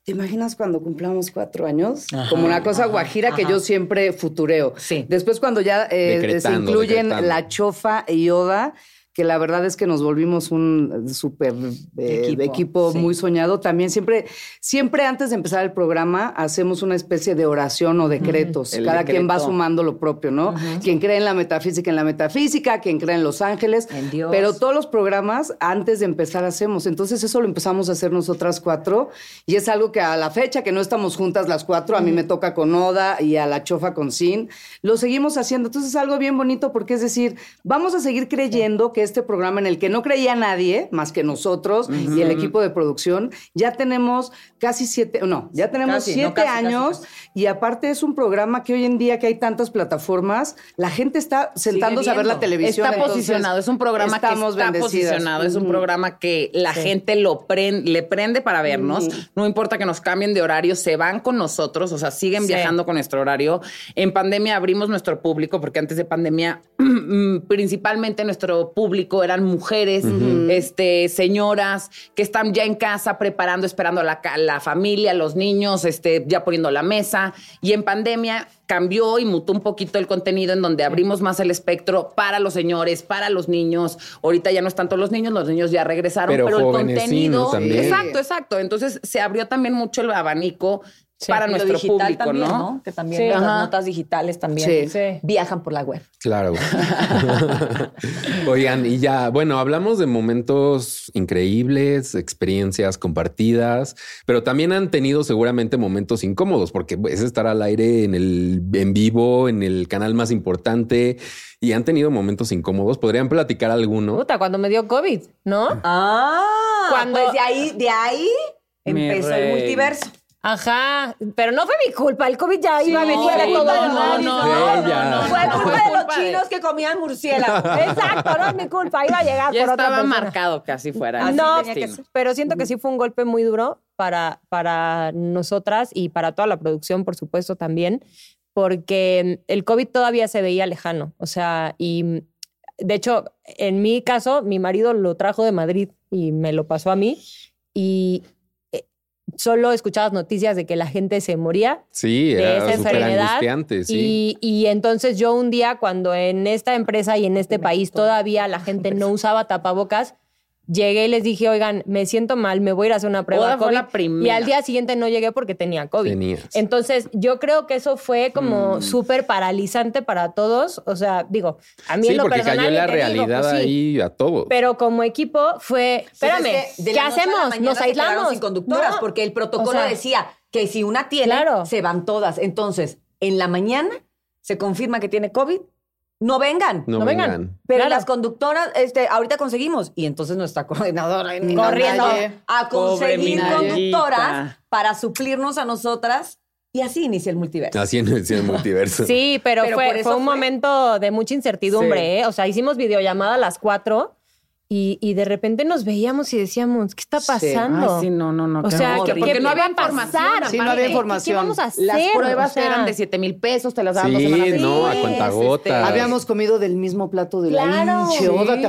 ¿te imaginas cuando cumplamos cuatro años? Como una cosa guajira que yo siempre futureo.
Sí.
Después, cuando ya eh, se
Decretando,
incluyen
decretando.
la chofa y Yoda que la verdad es que nos volvimos un eh, súper eh,
Equipo,
equipo,
sí.
muy soñado. También siempre, siempre antes de empezar el programa hacemos una especie de oración o decretos.
El
Cada quien va
decreto.
sumando tomando lo propio, ¿no? Quien cree en la metafísica, en la metafísica, quien cree en los ángeles.
En Dios.
Pero todos los programas antes de empezar hacemos. Entonces eso lo empezamos a hacer nosotras cuatro y es algo que a la fecha que no estamos juntas las cuatro, a mí me toca con Oda y a la chofa con Sin, lo seguimos haciendo. Entonces es algo bien bonito porque es decir, vamos a seguir creyendo que este programa en el que no creía nadie más que nosotros y el equipo de producción, ya tenemos casi siete, no, ya tenemos
Casi, no,
siete
casi, casi,
años
casi.
y aparte es un programa que hoy en día que hay tantas plataformas, la gente está sentándose a ver la
viendo.
televisión.
Está
entonces
posicionado, es un programa que
estamos
está
bendecidas.
posicionado, es un
Mm.
Ujú.
programa que la gente lo pren- le prende para vernos. No importa que nos cambien de horario, se van con nosotros, o sea, siguen viajando con nuestro horario. En pandemia abrimos nuestro público, porque antes de pandemia, [clears throat] principalmente nuestro público eran mujeres, este, señoras que están ya en casa preparando, esperando a la, ca- la familia, los niños, este, ya poniendo la mesa. Y en pandemia cambió y mutó un poquito el contenido en donde abrimos más el espectro para los señores, para los niños. Ahorita ya no es tanto los niños, los niños ya regresaron,
Pero
pero, el
jóvenes, sí, ¿no?
contenido.
También.
Exacto, exacto. Entonces se abrió también mucho el abanico para
Y lo
nuestro
digital
público,
también,
¿no?
Que también
Sí.
las
Ajá.
notas digitales también
Sí.
Sí.
viajan por la web.
Claro. Oigan, y ya, bueno, hablamos de momentos increíbles, experiencias compartidas, pero también han tenido seguramente momentos incómodos, porque es estar al aire en el en vivo, en el canal más importante, y han tenido momentos incómodos. ¿Podrían platicar alguno?
Puta, cuando me dio COVID, ¿no?
Ah,
Cuando-
pues de ahí, de ahí
Mi
empezó el
rey.
multiverso.
Ajá, pero no fue mi culpa, el COVID ya iba a venir
fue
a
culpa
todos
de
lados.
nadie,
no, no, Ella. no, no,
Fue
no,
culpa
fue
de los
culpa de-
chinos que comían
[laughs]
murciélagos.
Exacto, no es mi culpa, iba a llegar
Ya
Ah, por otra
estaba
persona. Ah,
marcado que así fuera.
Así
no,
el
tenía que
destino.
ser.
pero siento que sí fue un golpe muy duro para, para nosotras y para toda la producción, por supuesto, también, porque mm, el COVID todavía se veía lejano. O sea, y mm, de hecho, en mi caso, mi marido lo trajo de Madrid y me lo pasó a mí y eh, solo escuchabas noticias de que la gente se moría
Sí,
de
era
esa
súper
enfermedad
angustiante, sí.
y, y entonces yo un día, cuando en esta empresa y en este país todavía la gente no usaba tapabocas, llegué y les dije, oigan, me siento mal, me voy a ir a hacer una prueba
Oda
de
fue
COVID.
la primera.
Y al día siguiente no llegué porque tenía COVID.
Tenías. Mm.
Entonces yo creo que eso fue como súper paralizante para todos. O sea, digo, a mí
Sí,
en lo
porque
personal...
cayó la
yo te digo,
realidad
pues, sí.
ahí a todos.
Pero como equipo fue, espérame,
Entonces, de
¿qué
la noche a la
hacemos?
mañana
Nos
se quedaron
aislamos.
Sin conductoras,
No.
porque el protocolo
O sea,
decía que si una tiene,
Claro.
se van todas. Entonces, en la mañana se confirma que tiene COVID, no vengan.
no,
no vengan.
vengan.
Pero
Claro.
las conductoras, este, ahorita conseguimos. Y entonces nuestra coordinadora en-
Corriendo.
Nadie.
a
Pobre mi
conseguir
Nayita.
conductoras para suplirnos a nosotras. Y así inicia el multiverso.
Así en el, sí, en el multiverso.
Sí, pero,
Pero por
fue,
eso
fue un
fue.
momento de mucha incertidumbre,
Sí.
¿eh? O sea, hicimos videollamada a las cuatro y, y de repente nos veíamos y decíamos, ¿qué está
Sí.
Ay,
pasando?
sí, no, no, no. qué
O sea,
horror.
que,
porque
que-
no había
¿qué va a
información.
pasar?
Sí, no había
¿Qué- qué-
información.
¿Qué vamos a hacer?
Las pruebas
O sea,
eran de 7 mil pesos, te las daban dos
Sí,
semanas después.
no, a
Este,
cuentagotas.
Habíamos comido del mismo plato de la
Claro.
hinche Oda, ¿te
Ay, la-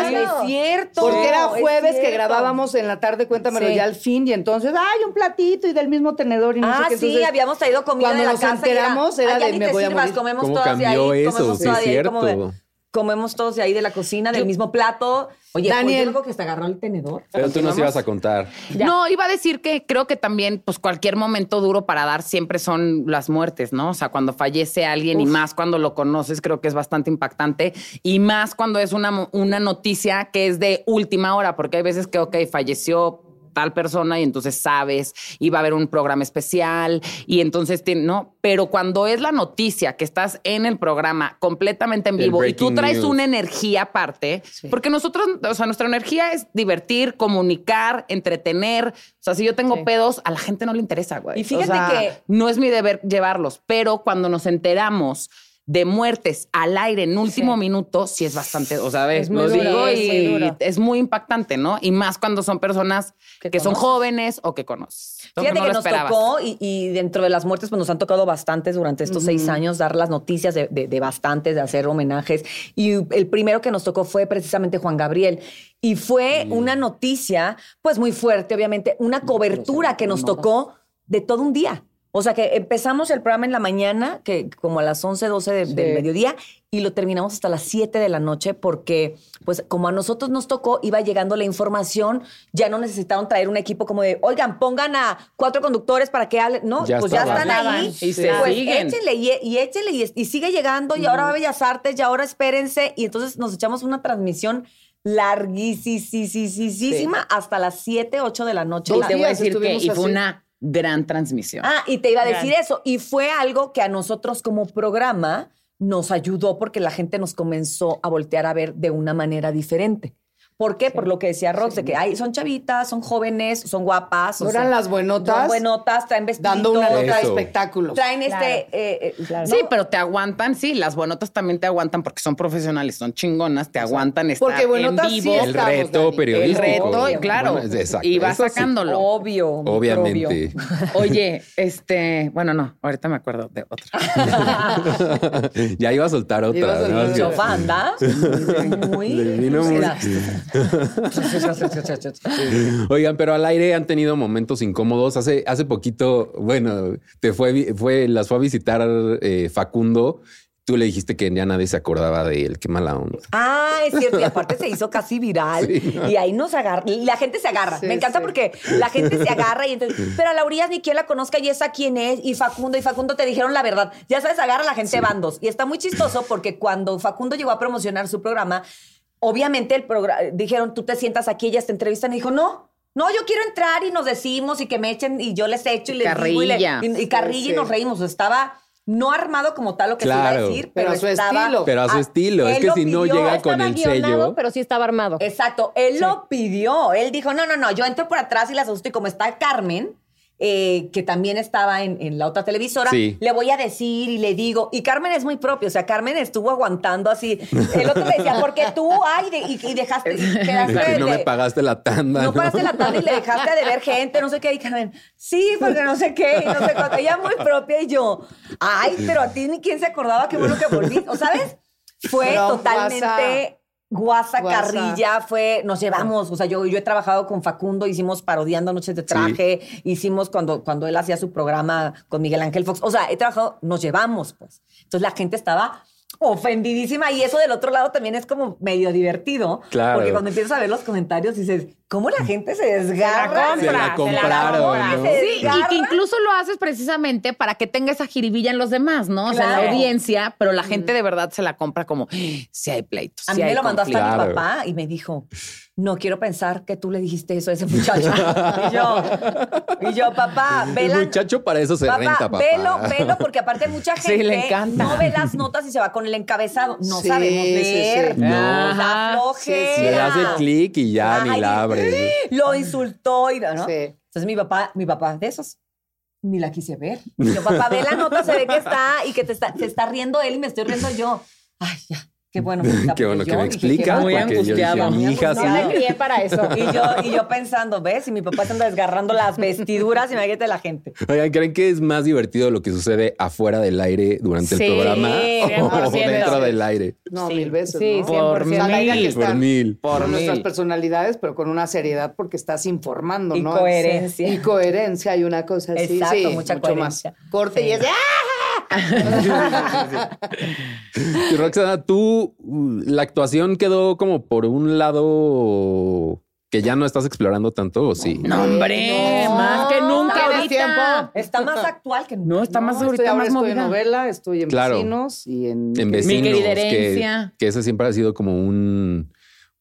acuerdas?
sí, es cierto.
Porque era
es
jueves que
cierto.
grabábamos en la tarde, cuéntamelo
Sí.
ya al fin, y entonces, ay, un platito y del mismo tenedor y no
Ah,
sé qué.
sí,
Entonces,
habíamos traído comida
cuando
de la
nos
casa y
enteramos, era
"Ay, ya
de,
ni
"Me
te
voy a
sirvas,
morir".
Comemos
¿Cómo
todas
cambió
de ahí,
eso?
comemos
Sí,
todas de ahí,
cierto.
como- comemos todos de ahí de la cocina, del mismo plato. Oye,
Daniel.
Daniel, algo que se agarró el tenedor.
Pero tú nos
Continuamos.
ibas a contar.
Ya.
No, iba a decir que creo que también, pues cualquier momento duro para dar siempre son las muertes, ¿no? O sea, cuando fallece alguien y más cuando lo conoces, creo que es bastante impactante y más cuando es una, mo- una noticia que es de última hora, porque hay veces que, ok, falleció tal persona y entonces sabes y va a haber un programa especial y entonces tien- no pero cuando es la noticia que estás en el programa completamente en
El
vivo y tú
breaking
traes
news.
una energía aparte, porque nosotros, o sea, nuestra energía es divertir, comunicar, entretener. O sea, si yo tengo pedos, a la gente no le interesa, güey.
Y fíjate
O sea,
que-
no es mi deber llevarlos, pero cuando nos enteramos de muertes al aire en último minuto, sí es bastante, o sea, ves,
muy
lo
duro,
digo
es
y
muy duro.
es muy impactante, ¿no? Y más cuando son personas que, son jóvenes o que conoces. ¿no?
Fíjate
no
que
lo
nos
esperabas.
tocó y, y dentro de las muertes pues nos han tocado bastantes durante estos seis años dar las noticias de, de- de bastantes, de hacer homenajes. Y el primero que nos tocó fue precisamente Juan Gabriel. Y fue una noticia pues muy fuerte, obviamente, una cobertura que nos tocó de todo un día. O sea que empezamos el programa en la mañana, que como a las 11, 12 de- del mediodía, y lo terminamos hasta las 7 de la noche porque, pues como a nosotros nos tocó, iba llegando la información, ya no necesitaron traer un equipo como de, oigan, pongan a cuatro conductores para que hablen, no,
Ya
pues ya
estaban.
están ahí.
Y se
pues
siguen.
échenle y, y échenle y, y sigue llegando y ahora va Bellas Artes y ahora espérense. Y entonces nos echamos una transmisión larguísima hasta las 7, 8 de la noche.
Y
La-
te voy a
días
decir que
estuvimos
y fue
así.
una gran transmisión.
Ah, y te iba a decir eso. Y fue algo que a nosotros como programa nos ayudó porque la gente nos comenzó a voltear a ver de una manera diferente. ¿Por qué? Por lo que decía Rox, de que ay, son chavitas, son jóvenes, son guapas. o
No eran
sea,
las buenotas
son buenotas, traen vestiditos.
dando una loca de
Eso.
espectáculos.
Traen
Claro.
este... eh, eh,
Claro.
¿no?
Sí, pero te aguantan, sí, las buenotas también te aguantan porque son profesionales, son chingonas, te aguantan estar
porque buenotas
en
sí
vivo.
es
El
Estamos, Dani,
reto Oh.
el
el
periodístico.
reto, y claro,
Bueno, es- exacto,
y vas
eso sí.
sacándolo.
Obvio.
Obviamente.
[laughs] microbio.
[laughs] Oye, este, bueno, no, ahorita me acuerdo de otra.
[laughs] ya iba a soltar otra.
Iba a soltar
¿no?
otra.
Es que-
Mucho banda. Muy.
Le vino muy-
Era-
Oigan, pero al aire han tenido momentos incómodos. Hace, hace poquito, bueno, te fue, vi- fue, las fue a visitar eh, Facundo. Tú le dijiste que ya nadie se acordaba de él. Qué mala onda.
Ah, es cierto. Y aparte se hizo casi viral.
Sí.
Y ahí nos agarra. La gente se agarra.
Sí,
Me encanta
sí.
porque la gente se agarra y entonces. Pero a la Urias ni quien la conozca y esa quién es. Y Facundo, y Facundo te dijeron la verdad. Ya sabes, agarra a la gente bandos. Y está muy chistoso porque cuando Facundo llegó a promocionar su programa, obviamente el progra- dijeron, tú te sientas aquí, ellas te entrevistan. Y dijo, no. No, yo quiero entrar y nos decimos y que me echen y yo les echo y les digo y le-
Carrilla.
y, y carrilla y
sí.
nos reímos. Estaba no armado como tal lo que se iba
Claro.
a decir, pero,
Pero a su
estaba-
estilo.
Pero a su
Ah,
estilo. Es
él
que
lo
si no
pidió,
llega
estaba
con el
guionado,
sello.
pero sí estaba armado.
Exacto, él lo pidió. Él dijo, no, no, no, yo entro por atrás y las asusto. Y como está Carmen, eh, que también estaba en, en la otra televisora,
Sí.
le voy a decir y le digo. Y Carmen es muy propia, o sea, Carmen estuvo aguantando así. El otro le decía, porque tú, ay, de- y, y
[laughs]
dejaste,
[laughs]
y
de
quedaste
que no me
de-
pagaste la tanda.
no pagaste la tarde y le dejaste de ver gente, no sé qué. Y Carmen, sí, porque no sé qué, y no sé cuánto. Ella muy propia y yo, ay, pero a ti ni quién se acordaba, qué bueno que volviste. O sabes, fue
Pero
totalmente guasa,
Guasa.
carrilla, fue, nos llevamos. O sea, yo, yo he trabajado con Facundo, hicimos parodiando Noches de Traje, hicimos cuando, cuando él hacía su programa con Miguel Ángel Fox. O sea, he trabajado, nos llevamos, pues. Entonces la gente estaba ofendidísima y eso del otro lado también es como medio divertido
Claro.
porque cuando empiezas a ver los comentarios dices cómo la gente se desgarra
Se la compraron,
compra,
¿no?
se
Sí, y
desgarra.
que incluso lo haces precisamente para que tenga esa jiribilla en los demás, ¿no? O sea, en
Claro.
la audiencia, pero la gente de verdad se la compra como, si hay pleitos.
a
sí
mí me
hay
lo mandó hasta
conflicto.
mi papá y me dijo no quiero pensar que tú le dijiste eso a ese muchacho [laughs] y yo y yo papá
[laughs] El
vela
muchacho para eso se
Papá,
renta, papá.
velo, velo, porque aparte mucha
Sí,
gente
le encanta.
no ve las notas y se va con el encabezado. No
Sí,
sabemos
sí, sí.
leer.
No.
Nos da
Ajá.
flojera.
Se [laughs] le hace clic y ya
Ay,
ni la abre.
Lo insultó y ¿no?
Sí.
Entonces mi papá, mi papá de esos, ni la
[laughs]
quise ver. Y Yo, papá, ve la nota, se ve que está y que te está, se está riendo él y me estoy riendo yo. Ay, ya,
[laughs]
qué bueno. que está,
Qué
porque
bueno que
yo
me
dije,
explicas.
qué
muy
porque yo dije,
angustiada,
mi
muy
hija sí.
No le crié para eso.
bueno. Pues, Y yo, y yo pensando, ¿ves? Y mi papá se anda desgarrando las vestiduras, imagínate la gente.
Oigan, ¿creen que es más divertido lo que sucede afuera del aire durante
Sí,
el programa o
100%.
dentro del aire?
No,
Sí.
mil veces.
Sí,
¿no?
sí, Por
O sea, la idea que
mil,
está-
Por mil.
Por
con nuestras
mil.
personalidades, pero con una seriedad porque estás informando,
Y
¿no?
coherencia.
Y coherencia, hay una cosa así.
Exacto,
sí,
mucha
mucho
coherencia.
más. Corte y es de, ¡ah!
Y Roxana, tú, uh, la actuación quedó como por un lado que ya no estás explorando tanto, ¿o sí?
No, hombre,
No,
más que nunca
¿tienes
ahorita.
tiempo?
Está más actual que nunca.
No, está más
No,
ahorita
estoy, ahora
más
estoy en
movida.
novela, estoy en
Claro.
vecinos y en...
En vecinos,
querida
que,
herencia.
que ese siempre ha sido como un,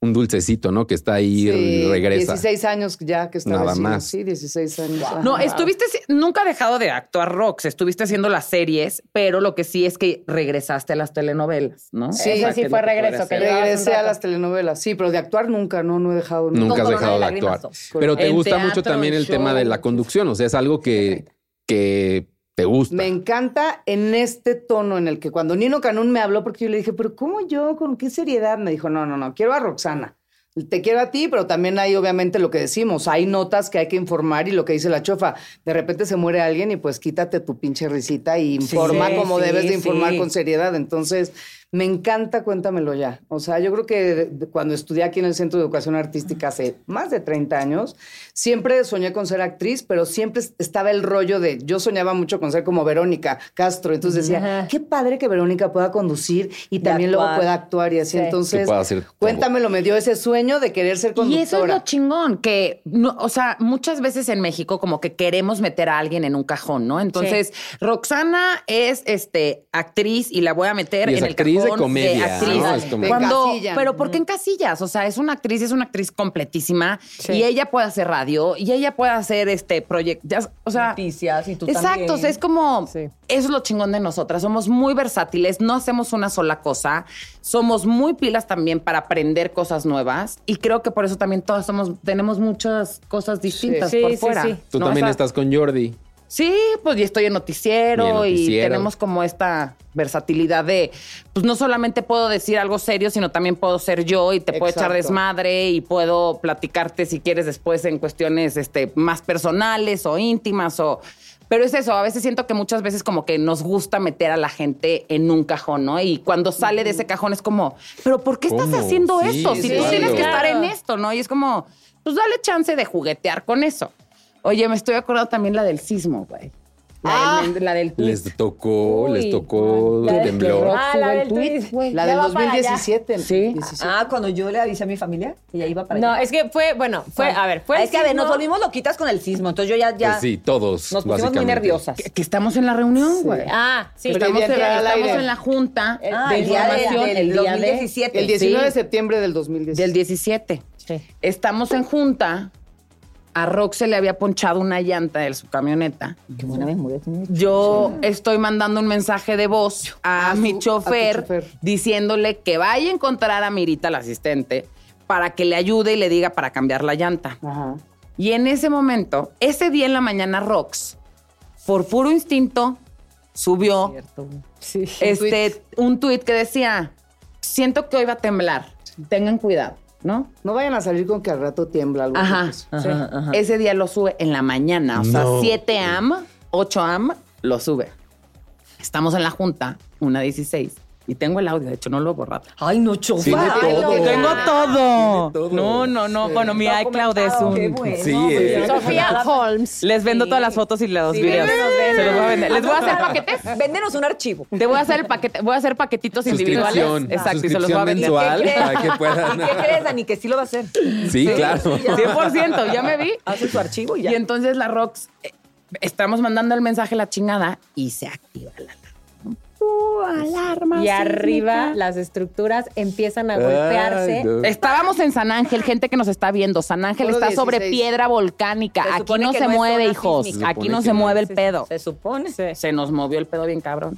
un dulcecito, ¿no? Que está ahí
Sí,
y regresa.
16 años ya que está
Nada
Vecinos,
más.
Sí, 16 años. Ajá.
No, estuviste, nunca ha dejado de actuar rocks, estuviste haciendo las series, pero lo que sí es que regresaste a las telenovelas, ¿no?
Sí,
O sea,
sí
que es
fue
lo que
regreso,
puedes
que
hacer.
llevabas un
Regresé a
rato.
las telenovelas, sí, pero de actuar nunca, no, no he dejado nunca.
Nunca has
Con
dejado de
Corona de
actuar.
Lágrimas dos.
Pero te
En
gusta mucho
teatro,
también
en
el tema de la
shows.
conducción, o sea, es algo que, que te gusta.
Me encanta en este tono en el que cuando Nino Canún me habló, porque yo le dije, pero ¿cómo yo? ¿Con qué seriedad? Me dijo, no, no, no, quiero a Roxana. Te quiero a ti, pero también hay obviamente lo que decimos, hay notas que hay que informar y lo que dice la chofa, de repente se muere alguien y pues quítate tu pinche risita y informa
sí,
como
sí,
debes de informar
sí.
con seriedad. Entonces, me encanta, cuéntamelo ya. O sea, yo creo que de- de- cuando estudié aquí en el Centro de Educación Artística hace más de 30 años, siempre soñé con ser actriz, pero siempre es- estaba el rollo de, yo soñaba mucho con ser como Verónica Castro, entonces decía,
Ajá.
qué padre que Verónica pueda conducir y también luego
actuar.
pueda actuar y así.
Sí.
Que
Entonces,
pueda hacer todo.
cuéntamelo, me dio ese sueño de querer ser
Y
conductora.
eso es lo chingón, que, no, o sea, muchas veces en México como que queremos meter a alguien en un cajón, ¿no? Entonces, Roxana es este actriz y la voy a meter
Y es
en el
actriz actriz de comedia,
actriz.
¿no? Es como-
Te
Cuando-
encasillan.
pero ¿por qué en casillas? O sea, es una actriz, es una actriz completísima y ella puede hacer radio y ella puede hacer este proyecto, o sea,
Noticias y tú también.
Exacto, o sea, es como,
Sí.
es lo chingón de nosotras, somos muy versátiles, no hacemos una sola cosa, somos muy pilas también para aprender cosas nuevas y creo que por eso también todas somos, tenemos muchas cosas distintas
Sí,
por
sí,
fuera.
sí.
Tú
¿no?
también
O sea,
estás con Jordi.
Sí, pues y estoy en noticiero,
Y en noticiero.
y tenemos como esta versatilidad de, pues no solamente puedo decir algo serio, sino también puedo ser yo y te puedo echar
Exacto.
desmadre y puedo platicarte si quieres después en cuestiones este, más personales o íntimas o... Pero es eso, a veces siento que muchas veces como que nos gusta meter a la gente en un cajón, ¿no? Y cuando sale de ese cajón es como, pero ¿por qué
¿Cómo?
estás haciendo
Sí,
esto? Si
sí,
tú tienes
claro.
que estar en
Claro.
esto, ¿no? Y es como, pues dale chance de juguetear con eso. Oye, me estoy acordando también la del sismo, güey. La, del, la del
Les tocó, Oh, les
Uy,
tocó,
la del
temblor.
terror. Ah, la del tweet, güey.
La
Ya
del
va para allá.
2017.
Sí.
17.
Ah, cuando yo le avisé a mi familia que ya iba para
No,
allá.
es que fue, bueno, fue, a ver, fue.
Ah,
el
Es que, a ver, nos
sismo.
volvimos loquitas con el sismo. Entonces yo ya, ya
Pues sí, todos.
nos pusimos muy
básicamente.
nerviosas.
que, que estamos en la reunión, güey.
Ah, sí.
Pero
estamos
ya
en,
te da al
estamos
aire.
en la junta
Ah,
de
el día de-
información
del
el día de-
2017.
El 19 de
Sí,
septiembre del 2017.
del 17.
Sí.
Estamos en junta. A Rox se le había ponchado una llanta de su camioneta.
Qué buena memoria tienes.
Yo estoy mandando un mensaje de voz a,
A su- a
mi
tu
chofer,
chofer.
diciéndole que vaya a encontrar a Mirita, la asistente, para que le ayude y le diga para cambiar la llanta.
Ajá.
Y en ese momento, ese día en la mañana, Rox, por puro instinto, subió
Sí.
este, un tuit que decía, siento que hoy va a temblar, tengan cuidado, ¿no?
No vayan a salir con que al rato tiembla algo.
Ajá.
pues.
sí. Ese día lo sube en la mañana, o sea,
No.
7 am, 8 am, lo sube. Estamos en la junta, una 16, y tengo el audio, de hecho no lo he borrado.
Ay, no, chofa.
Tiene
Ay,
todo.
no.
Tengo
todo.
Oh. Ah, Tiene todo.
No, no, no. Bueno, mi iCloud es
Documentado, qué bueno.
un...
pues,
Sí,
Muy
eh.
bien.
Sofía Holmes.
Les vendo todas las fotos y los videos. Se los voy a vender. Les voy a hacer paquetes.
Véndenos
[laughs]
un archivo.
Te voy a hacer el paquete, voy a hacer paquetitos individuales.
Suscripción.
Exacto, y se los voy a
suscripción
vender.
mensual
crees?
para que puedan.
¿Y
[laughs]
qué crees, Dani? Que sí lo va a hacer.
Sí, claro.
100%, ya me vi.
Hace su archivo y ya.
Y entonces la Rox, eh, estamos mandando el mensaje a la chingada y se activa la Uh, alarma.
Y arriba las estructuras empiezan a golpearse.
Ay, no.
Estábamos en San Ángel, gente que nos está viendo. San Ángel
Puro
está
16.
sobre piedra volcánica.
Se
Aquí
supone
no
que
se
no es
mueve,
zona
hijos.
sísmica.
Aquí
Se
no
supone
se
que
mueve
no.
el pedo.
Se supone.
Se nos movió el pedo bien cabrón.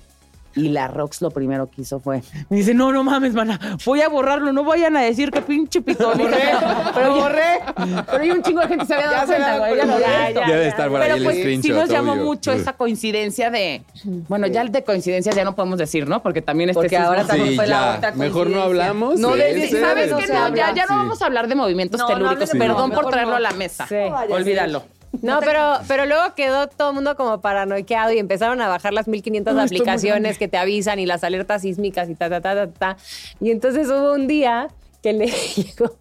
Y la Rox lo primero que hizo fue, me dice, no, no mames, mana, voy a borrarlo, no vayan a decir que pinche pitón. [laughs] pero borré. Pero hay un chingo de gente se había dado
Ya se
cuenta,
la
güey, ya lo
colgué.
había- ya,
Debe
ya.
estar por ahí
Pero
el
pues sí
screenshot,
nos llamó
obvio.
mucho esa coincidencia de, bueno, ya el de coincidencia ya no podemos decir, ¿no? Porque también este
Porque
sismo-
ahora también
Sí,
fue la
ya.
otra
Mejor no
coincidencia.
hablamos.
No,
Sí,
de-
ese
¿Sabes
no
qué?
se
No, ya,
habla.
ya no
Sí.
vamos a hablar de movimientos
No, no
telúricos.
hables de-
Perdón
no,
por
mejor
traerlo
no.
a la mesa.
Sí.
Olvídalo.
No, pero, pero luego quedó todo el mundo como paranoiqueado y empezaron a bajar las 1500 aplicaciones que te avisan y las alertas sísmicas y ta, ta, ta, ta, ta. Y entonces hubo un día que le [laughs] llegó,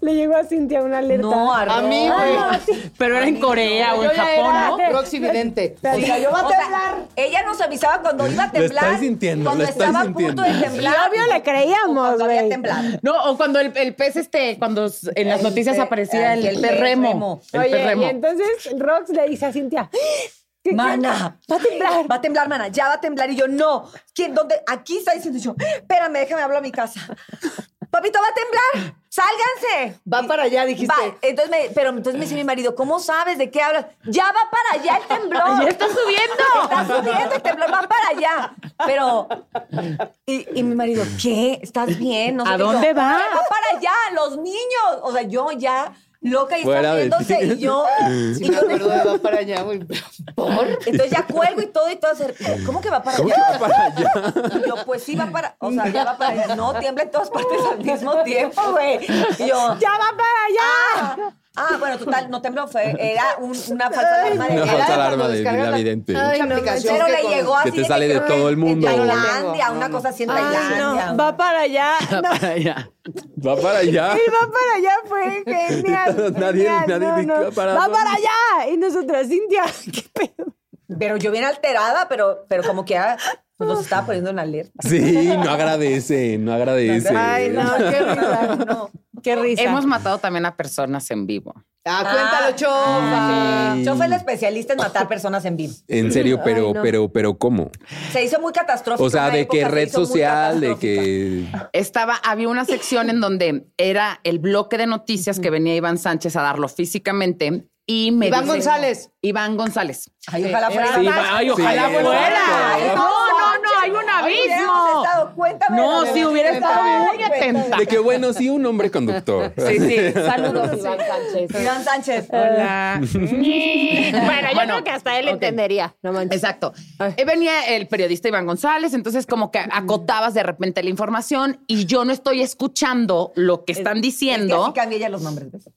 le llegó a Cintia una alerta. Ah,
No, a,
A mí, güey.
Pero era en Corea o en
Yo ya
Japón,
era-
¿no?
Próximo vidente.
O sea, yo va a temblar. ella nos avisaba cuando iba a
Lo
temblar.
estás sintiendo,
Cuando
lo estás
estaba
sintiendo.
a punto de temblar.
Y obvio le creíamos,
o cuando había
güey.
temblado.
No, o cuando el, el pez, este, cuando s- en las
El
noticias
pe-
aparecía ah, el,
el pez
perremo.
remo.
El
Oye,
perremo.
y entonces Rox le dice a Cintia, "¡Ah! ¿qué-
Mana.
Va a temblar.
Va a temblar, mana. Ya va a temblar. Y yo, no. ¿Quién? ¿Dónde? Aquí está diciendo yo. Espérame, déjame hablar a mi casa. Papito, va a temblar. Sálganse.
Va
Y-
para allá, dijiste.
Va. Entonces me, pero entonces me dice mi marido, ¿cómo sabes de qué hablas? Ya va para allá el temblor.
¡Ya está subiendo!
Está subiendo el temblor, va para allá. Pero. Y, y mi marido, ¿qué? ¿Estás bien? No sé
¿A
qué. Y yo,
dónde va?
Va para allá, los niños. O sea, yo ya loca y
Fuera de
saliéndose.
ti.
Y yo.
Sí,
y
me
yo-
acuerdo de va para allá, güey. ¿Por?
[laughs]
entonces ya cuelgo y todo y todo. hacer, ¿Cómo que va para
¿Cómo que
allá?
va para allá?
Y yo, pues sí, va para. O sea, ya va para allá. No, tiembla en todas partes al
[laughs]
mismo tiempo, güey. Y yo.
¡Ya va para allá!
¡Ah! Ah, bueno, total, no tembló, fue, era un- una falsa alarma de
Una
era-
falsa
cuando
alarma de
descargas
vida
la-
vidente.
Ay,
Pero
no, aplicación
Pero
que
le
con-
llegó así.
Que te sale de
que-
todo el mundo.
En
No lo tengo.
Tailandia, una cosa así en
Ay,
Tailandia.
no, va para allá.
[laughs]
No,
Ah, Ya.
Va para allá.
Y va para allá, fue genial.
Nadie-
genial,
nadie
no,
dijo,
no.
para
Va
dónde.
para allá. Y nosotras, Cintia, [laughs] qué pedo.
Pero yo bien alterada, pero, pero como que ah, pues, nos estaba poniendo en alerta.
Sí, no agradece, no agradece.
[laughs]
Ay, no, qué risa, no.
Qué risa.
Hemos matado también a personas en vivo.
Ah, cuéntalo,
Ah.
chofa.
Sí.
Yo fui la especialista en matar personas en vivo.
En serio, pero,
Ay, no.
pero, pero, ¿cómo?
Se hizo muy catastrófico.
O sea,
una
de
época
qué
se
red
hizo muy
social, de
catastrófica.
que.
Estaba, había una sección en donde era el bloque de noticias que venía Iván Sánchez a darlo físicamente y me
Iván
dice-
González.
Iván González.
Ay, ojalá fuera.
Sí,
más.
va- ay, ojalá
Sí,
fuera.
exacto.
No, no, no, hay un
Ay, hubiéramos
abismo.
estado- cuéntame de
No,
la
sí,
de-
hubiera estado
cuéntame,
muy
cuéntame.
atenta.
De que bueno, sí, un hombre conductor. [laughs]
Sí, sí.
[laughs] Saludos, Iván Sánchez.
Iván Sánchez.
[laughs] Hola.
Bueno, yo
Ah. Bueno,
creo que hasta él
ok.
entendería. No manches.
Exacto. Eh, Venía el periodista Iván González, entonces como que acotabas de repente la información y yo no estoy escuchando lo que están
Es que
diciendo.
así cambié ya los nombres. ¿ves?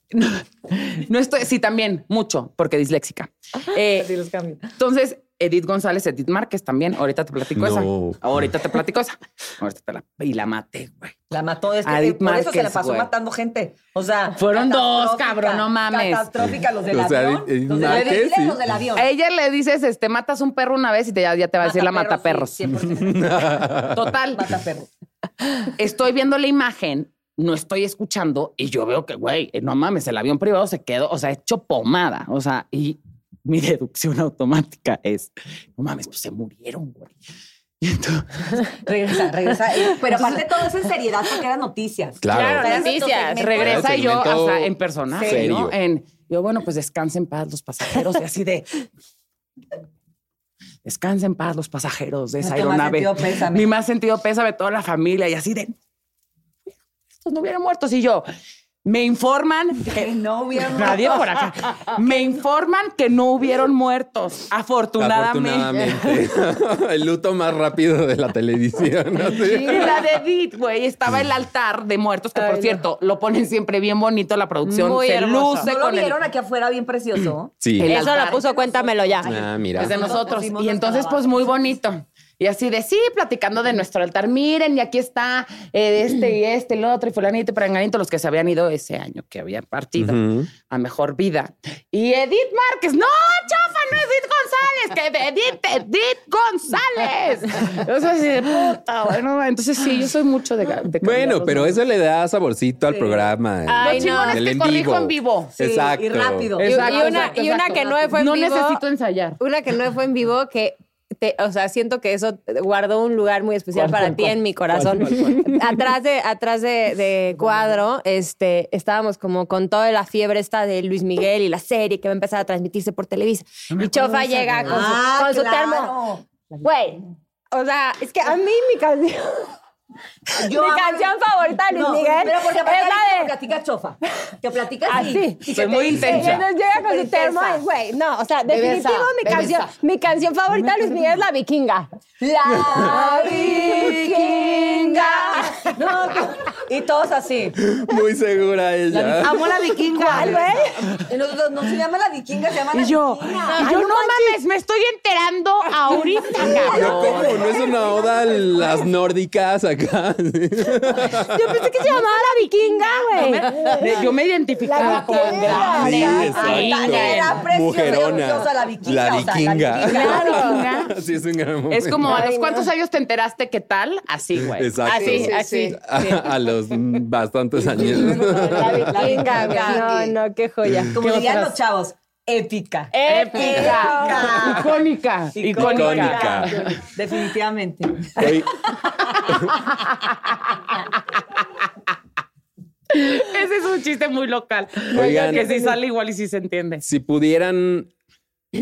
No estoy, sí, también, mucho, porque disléxica. Eh,
Así los cambio.
Entonces, Edith González, Edith Márquez también. Ahorita te platico
No.
esa. Ahorita te platico esa. Ahorita te la. Y la maté, güey.
La mató. Es que
Adit
por eso se la
Márquez,
pasó
güey.
matando gente. O sea.
Fueron dos,
catastrófica,
cabrón, no mames.
Catastrófica los del
O sea,
avión.
Edith
Los del
Márquez,
avión.
sí.
Los del avión.
A ella le dices, este, matas un perro una vez y te, ya, ya te va a decir la mata perros.
Mataperros, sí, 100%.
Total.
Mataperros.
Estoy viendo la imagen, no estoy escuchando y yo veo que, güey, eh, no mames, el avión privado se quedó, o sea, hecho pomada. O sea, y mi [laughs] deducción automática es, no mames, pues se murieron, güey. Y entonces,
Regresa, regresa. Eh, Pero aparte de todo eso en seriedad, porque eran noticias.
Claro.
Pero
Claro,
es otro
noticias.
segmento.
Regresa y yo,
segmento
o sea, en persona,
serio.
¿no? En, yo, bueno, pues descansen en paz los pasajeros, y así de. Descansen en paz los pasajeros de esa
Nuestro más
aeronave.
sentido pésame.
Mi más sentido pésame, toda la familia, y así de. Estos no hubieran muerto. Y yo, me informan
Que
que.
no
[laughs]
hubieron
Nadie por acá. Me informan que no hubieron muertos. Afortunadamente.
Afortunadamente. [laughs] El luto más rápido de la televisión. así.
Y la de Edith, güey, estaba el altar de muertos, que por cierto, lo ponen siempre bien bonito la producción.
Muy
se
hermoso.
luce
¿No lo
con el-
vieron aquí afuera bien precioso?
Sí.
El
Eso
altar.
lo puso, cuéntamelo ya.
Ah,
Pues de
mira.
nosotros.
pusimos
Y
los
entonces, pues
calabazos.
muy bonito. Y así de sí, platicando de nuestro altar. Miren, y aquí está eh, este y este, el otro, y fulanito y peranganito, los que se habían ido ese año, que habían partido
Ujú.
a mejor vida. Y Edith Márquez, no, chofa, no Edith González, que Edith, Edith González. Yo soy así de puta, bueno, entonces sí, yo soy mucho de. de
Bueno,
cambiarlos,
pero
¿no?
eso le da saborcito al programa. eh. el-
Ay, no.
el
Es que corrijo en vivo.
Sí,
Exacto.
y rápido.
Y, y
Exacto,
una,
exacto,
y una
exacto.
que no fue en
No
vivo.
necesito ensayar.
Una que no fue en vivo que. te- o sea, siento que eso guardó un lugar muy especial
¿Cuál,
para
cuál,
ti
cuál?
en mi corazón. [laughs] Atrás de, atrás de, de cuadro, este, estábamos como con toda la fiebre esta de Luis Miguel y la serie que va a empezar a transmitirse por Televisa. y Chofa llega con su,
Ah,
con su
claro.
termo. Güey, o sea, es que a mí mi
[laughs]
canción,
Yo
mi
amo-
canción favorita de Luis
No,
Miguel
Pero porque aparte
es
ahí
la
te
de... Ah,
platica chofa. Te platica
Así.
así. y que
Soy
te
muy
dice-
Y
intensa.
entonces llega con su
Muy
termo
intensa.
y, güey, no, o sea,
Bebesa,
definitivo mi canción,
bebesa.
mi canción favorita de Luis Miguel es
[laughs]
La Vikinga.
La
[laughs]
vikinga. No, y todos así.
Muy segura ella.
Amo la vikinga.
Ay, güey. Y nosotros, no se llama la vikinga, se llama la
Y yo,
vikinga.
y yo no mames, me estoy enterando ahorita,
No,
cabrón.
¿cómo? No es una oda a las nórdicas acá.
Yo pensé que se llamaba La Vikinga, güey.
Me- Eh, Yo me identificaba con
vikinga,
Sí,
Ah,
Ay,
exacto.
era preciosa, yo soy la vikinga,
La
o sea, la
vikinga.
vikinga.
[laughs]
Claro.
Sí, es un gran momento.
Es como a los cuántos años te enteraste qué tal, así, güey.
Exacto.
Así,
sí,
así.
sí.
A, a los bastantes años.
La Vikinga, güey. No, no, qué joya.
Como
¿Qué
dirían
otras?
los chavos, épica.
Épica. Ah. Icónica. Icónica.
Icónica.
Definitivamente.
Oye,
Ese es un chiste muy local.
Oigan.
que si sale igual y si se entiende.
si pudieran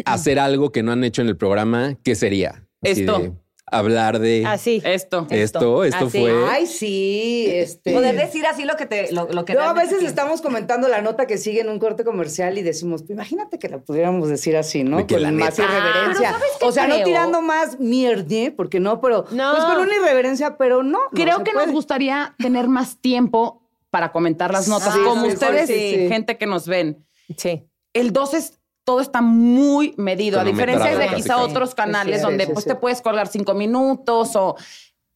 hacer algo que no han hecho en el programa, ¿qué sería? Así
Esto.
de hablar de
Así.
Esto.
esto. Esto,
Así.
fue.
Ay, sí, este.
Poder decir así lo que te lo, lo Pues que
No, a
realmente
veces
piensas.
estamos comentando la nota que sigue en un corte comercial y decimos, pues, imagínate que la pudiéramos decir así, ¿no?
De que la
Con más
neta.
irreverencia.
Ah, pero ¿sabes qué
o sea, no
creo?
tirando más mierde, porque no, pero
No.
pues con una irreverencia, pero no. no
Creo
se
que
puede.
nos gustaría tener más tiempo para comentar las notas,
Sí,
como
sí,
ustedes,
sí, sí.
gente que nos ven.
Sí.
El 2 es todo está muy medido, a
Cronometrado,
diferencia de
casi,
quizá
casi.
otros canales
Sí, sí,
donde
sí,
pues
sí.
te puedes colgar cinco minutos o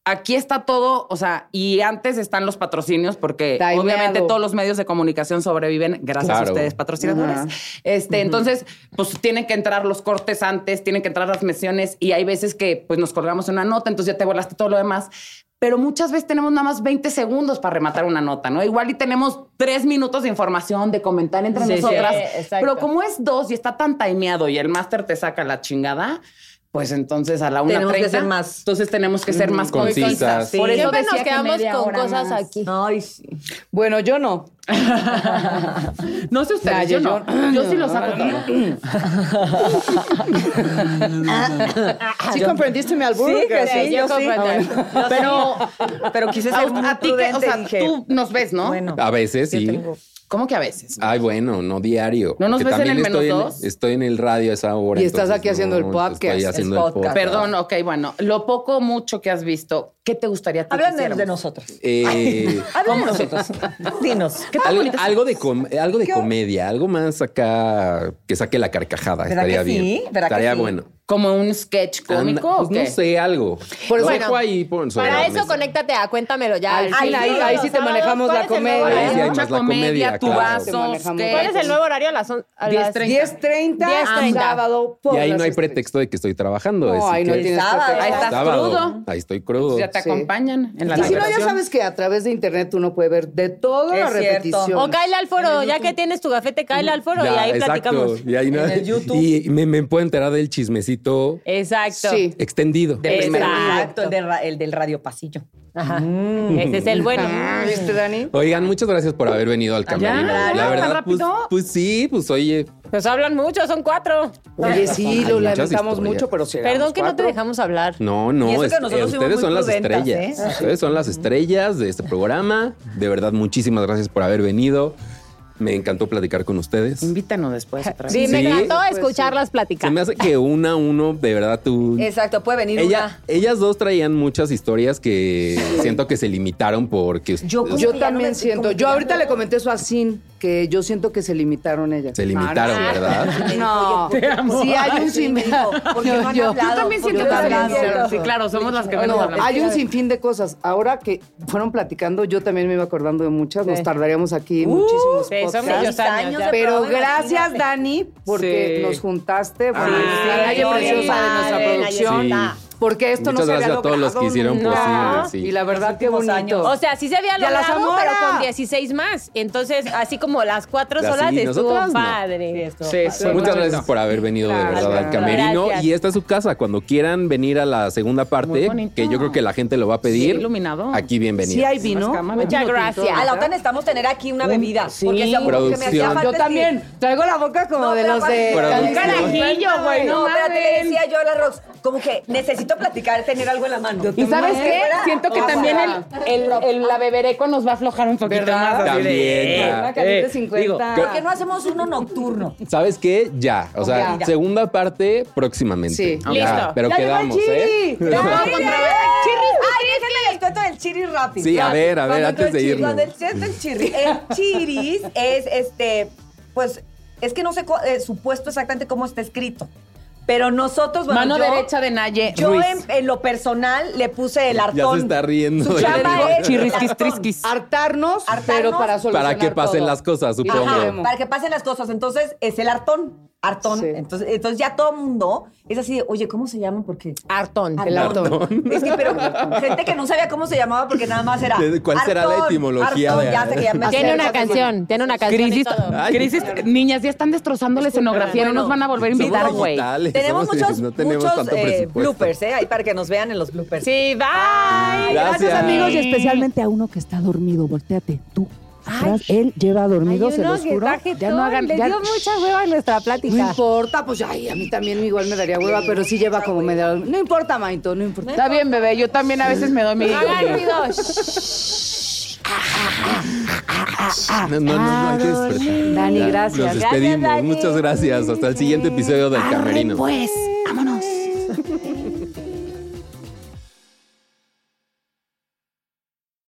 aquí está todo, o sea, y antes están los patrocinios porque
Timeado.
obviamente todos los medios de comunicación sobreviven gracias
Claro.
a ustedes patrocinadores.
Ajá.
Este, entonces, pues tienen que entrar los cortes antes, tienen que entrar las menciones y hay veces que pues nos colgamos una nota, entonces ya te volaste todo lo demás. pero muchas veces tenemos nada más 20 segundos para rematar una nota, ¿no? Igual y tenemos tres minutos de información, de comentar entre
Sí, sí,
nosotras,
exacto.
pero como es dos y está tan timeado y el máster te saca la chingada, pues entonces a la una
Tenemos que ser más. Mm,
Entonces tenemos que ser más
Concisas.
concisas.
Sí.
Por eso
Siempre
decía
nos
que
quedamos
media
con
hora
cosas
más.
aquí.
Ay, sí.
Bueno, yo no.
No sé ustedes,
Nah,
yo,
yo-
no.
yo-
Yo sí lo saco.
[laughs]
¿Sí comprendiste mi albur?
Sí, que sí, yo sí.
Pero,
[laughs] Pero quise ser muy
a, a ti que, o
prudente,
sea,
dije,
tú nos ves, ¿no?
Bueno.
Ah,
A veces
yo
sí.
tengo-
¿Cómo que a veces?
Ay, bueno, no diario.
¿No nos
porque
ves en
también
el menos
estoy
dos?
estoy en el radio a esa hora.
Y estás
entonces,
aquí haciendo el
Estoy
podcast.
haciendo
Es
el
podcast.
podcast.
Perdón, ok, bueno. Lo poco mucho que has visto, ¿qué te gustaría a ti
Hablan
que
de, de
hiciéramos?
nosotros.
Eh,
[laughs] Hablan de nosotros. Dinos. ¿Qué tal?
algo, algo de com- algo de comedia, algo más acá que saque la carcajada.
¿Verdad
Estaría
que sí?
bien.
¿Verdad que
Estaría
sí?
bueno.
¿Como un sketch cómico
Anda,
o
pues
qué?
no sé, algo. Por
eso-
dejo ahí por, sobre la
Para eso
mesa.
conéctate a Cuéntamelo ya.
Al
Al
fin,
fin.
ahí- ahí sí te
Sábados,
manejamos
¿cuál
la
es el nuevo
comedia.
Ahí sí hay
horario?
más
Mucha
la comedia,
tu
claro.
Te
vaso,
manejamos.
sketch.
¿Cuál
¿Cuál es el nuevo horario? A las on- a las
10:30.
10.30,
10:30.
sábado. por
Y ahí
las
no hay
10:30.
pretexto de que estoy trabajando.
No,
así
ahí no
que-
tienes
Sábado.
pretexto.
Ahí estás
Sábado.
crudo.
Ahí estoy crudo.
Ya te
Sí.
acompañan en la
Y si no, ya
diversión.
sabes que a través de internet uno puede ver de todo
Es
la
cierto.
repetición.
O cáele al foro, ya que tienes tu gafete, cáele al foro y
Ya,
ahí platicamos.
Y, ahí no-
En el YouTube.
y me, me puedo enterar del chismecito
Exacto.
Sí.
extendido.
De primera.
Exacto, el, de ra- el del radio pasillo.
Ajá. Ese es el bueno.
Ah, ¿Viste, Dani?
Oigan, muchas gracias por haber venido al camerino.
ya,
la
tan
verdad, pues,
rápido.
pues sí, pues oye,
Nos hablan mucho, son cuatro.
Oye, sí, lo
Hay muchas
lamentamos
historias.
mucho, pero sí.
Perdón
éramos
que no te
cuatro.
dejamos hablar.
no,
Y eso
no,
que
es-
nosotros fuimos
ustedes
muy
son las
prudentas,
estrellas.
¿eh?
Ustedes son las estrellas de este programa. De verdad, muchísimas gracias por haber venido. Me encantó platicar con ustedes.
Invítanos después otra vez.
Sí, me
Sí.
encantó escucharlas platicar.
Se me hace que una a uno, de verdad, tú.
Exacto, puede venir
Ella, ellas dos traían muchas historias que siento que se limitaron porque
Yo como
Yo
que ya no
también
me-
siento.
como que
Yo
ya
ahorita
no-
le comenté eso a Sin, que yo siento que se limitaron ellas.
se limitaron, ¿verdad?
No,
Te
si hay un
Sí,
sin...
me dijo, porque no han hablado.
Yo también
Porque
siento
no han
también.
hablado.
Sí, claro, somos las que
No,
menos hablamos.
hay un sinfín de cosas. Ahora que fueron platicando, yo también me iba acordando de muchas. Nos tardaríamos
Uh,
aquí muchísimos
sí, son
podcasts.
millones.
Seis años
años,
de
ya.
Pero
programa,
gracias,
imagínate.
Dani, porque
Sí. Ah,
nos juntaste. Bueno,
Ay,
a la calle
sí,
preciosa de nuestra
padre,
producción.
Sí.
Porque esto
Muchas
no se
gracias
había
a
logrado.
todos los que hicieron
nunca.
posible, sí.
Y la verdad, qué bonito.
O sea, sí se había
¡Y a la
logrado,
Zamora!
pero con 16 más. Entonces, así como las cuatro
Así,
solas estuvo
nosotras no.
padre.
Sí, sí.
Muchas gracias por haber venido de
Claro,
verdad al
claro.
camerino.
Gracias.
Y esta es su casa. Cuando quieran venir a la segunda
Muy
parte,
bonito.
que yo creo que la gente lo va a pedir.
Sí, iluminado.
Aquí bienvenido.
Sí hay vino.
Muchas gracias.
A la OTAN necesitamos tener aquí una bebida. Porque
sí.
se aburrió que me hacía
Producción.
falta
Yo
el-
también. Traigo la boca como
No,
de
pero
los de...
aparte-
Cali-
Producción.
Carajillo, güey, no
No, espérate, le
mames.
decía yo a la Rox, como que necesito platicar, tener algo en la mano.
¿Y sabes qué? Siento que
o
también
sea,
el, el, el- la beberecua nos va a aflojar un poquito
¿Verdad?
más. así
También, claro.
Una caliente 50.
digo,
¿Por qué no hacemos uno nocturno?
¿Sabes qué? Ya. O sea,
Ya.
segunda parte próximamente.
Sí.
Ya,
Listo.
Pero
Ya llegó el
quedamos, ¿eh?
Chiri. Ya.
Ay,
contra-
déjenme les cuento del chiri rápido.
Sí, a ver, a ver,
Cuando
antes de
entró el chiri-
irnos.
cuando entró el chiri- el chiris es este, pues, es que no sé cu- eh, supuesto exactamente cómo está escrito. Pero nosotros, bueno,
Mano
yo-
derecha de Naye
Yo em-
Ruiz.
en, en lo personal le puse el
Ya
artón.
se está riendo.
Su chamba es
Chirrisquis,
el artón.
trisquis.
Hartarnos,
Hartarnos.
pero para solucionar
Para que pasen
todo.
las cosas, supongo.
Ajá.
Ajá, para que pasen las cosas. Entonces, es el artón. Artón.
Sí.
Entonces, entonces ya todo mundo es así de, oye, ¿cómo se llaman? Porque
Hartón.
El hartón.
Es que,
[laughs]
pero gente que no sabía cómo se llamaba porque nada más era.
¿Cuál será la
Artón,
etimología
Artón,
de-
ya sé que
[laughs]
ya me
Tiene
sé.
una canción, tiene una canción. y
Crisis,
todo.
Ay.
crisis, niñas, ya están destrozando la escenografía, no nos van a volver a
Somos
invitar, güey.
digitales,
Tenemos
somos-
muchos,
no tenemos
muchos
tanto
eh,
presupuesto.
bloopers, ¿eh? Ahí para que nos vean en los bloopers.
Sí, bye.
Gracias.
amigos y especialmente a uno que está dormido. Volteate tú. Atrás, él lleva dormido, se los juro.
ya no hagan,
ya-
Les dio mucha hueva en nuestra
No
plática.
importa, pues ay, a mí también igual me daría hueva, pero sí lleva como me da. No importa, Maito, no importa.
Está bien, bebé, yo también a veces me doy mi...
Hagan ruido.
Ah, No, no, no, no hay que despertar.
Dani,
Ya,
gracias.
Nos despedimos.
Dani.
Muchas gracias. Hasta el siguiente episodio del Camerino.
Pues.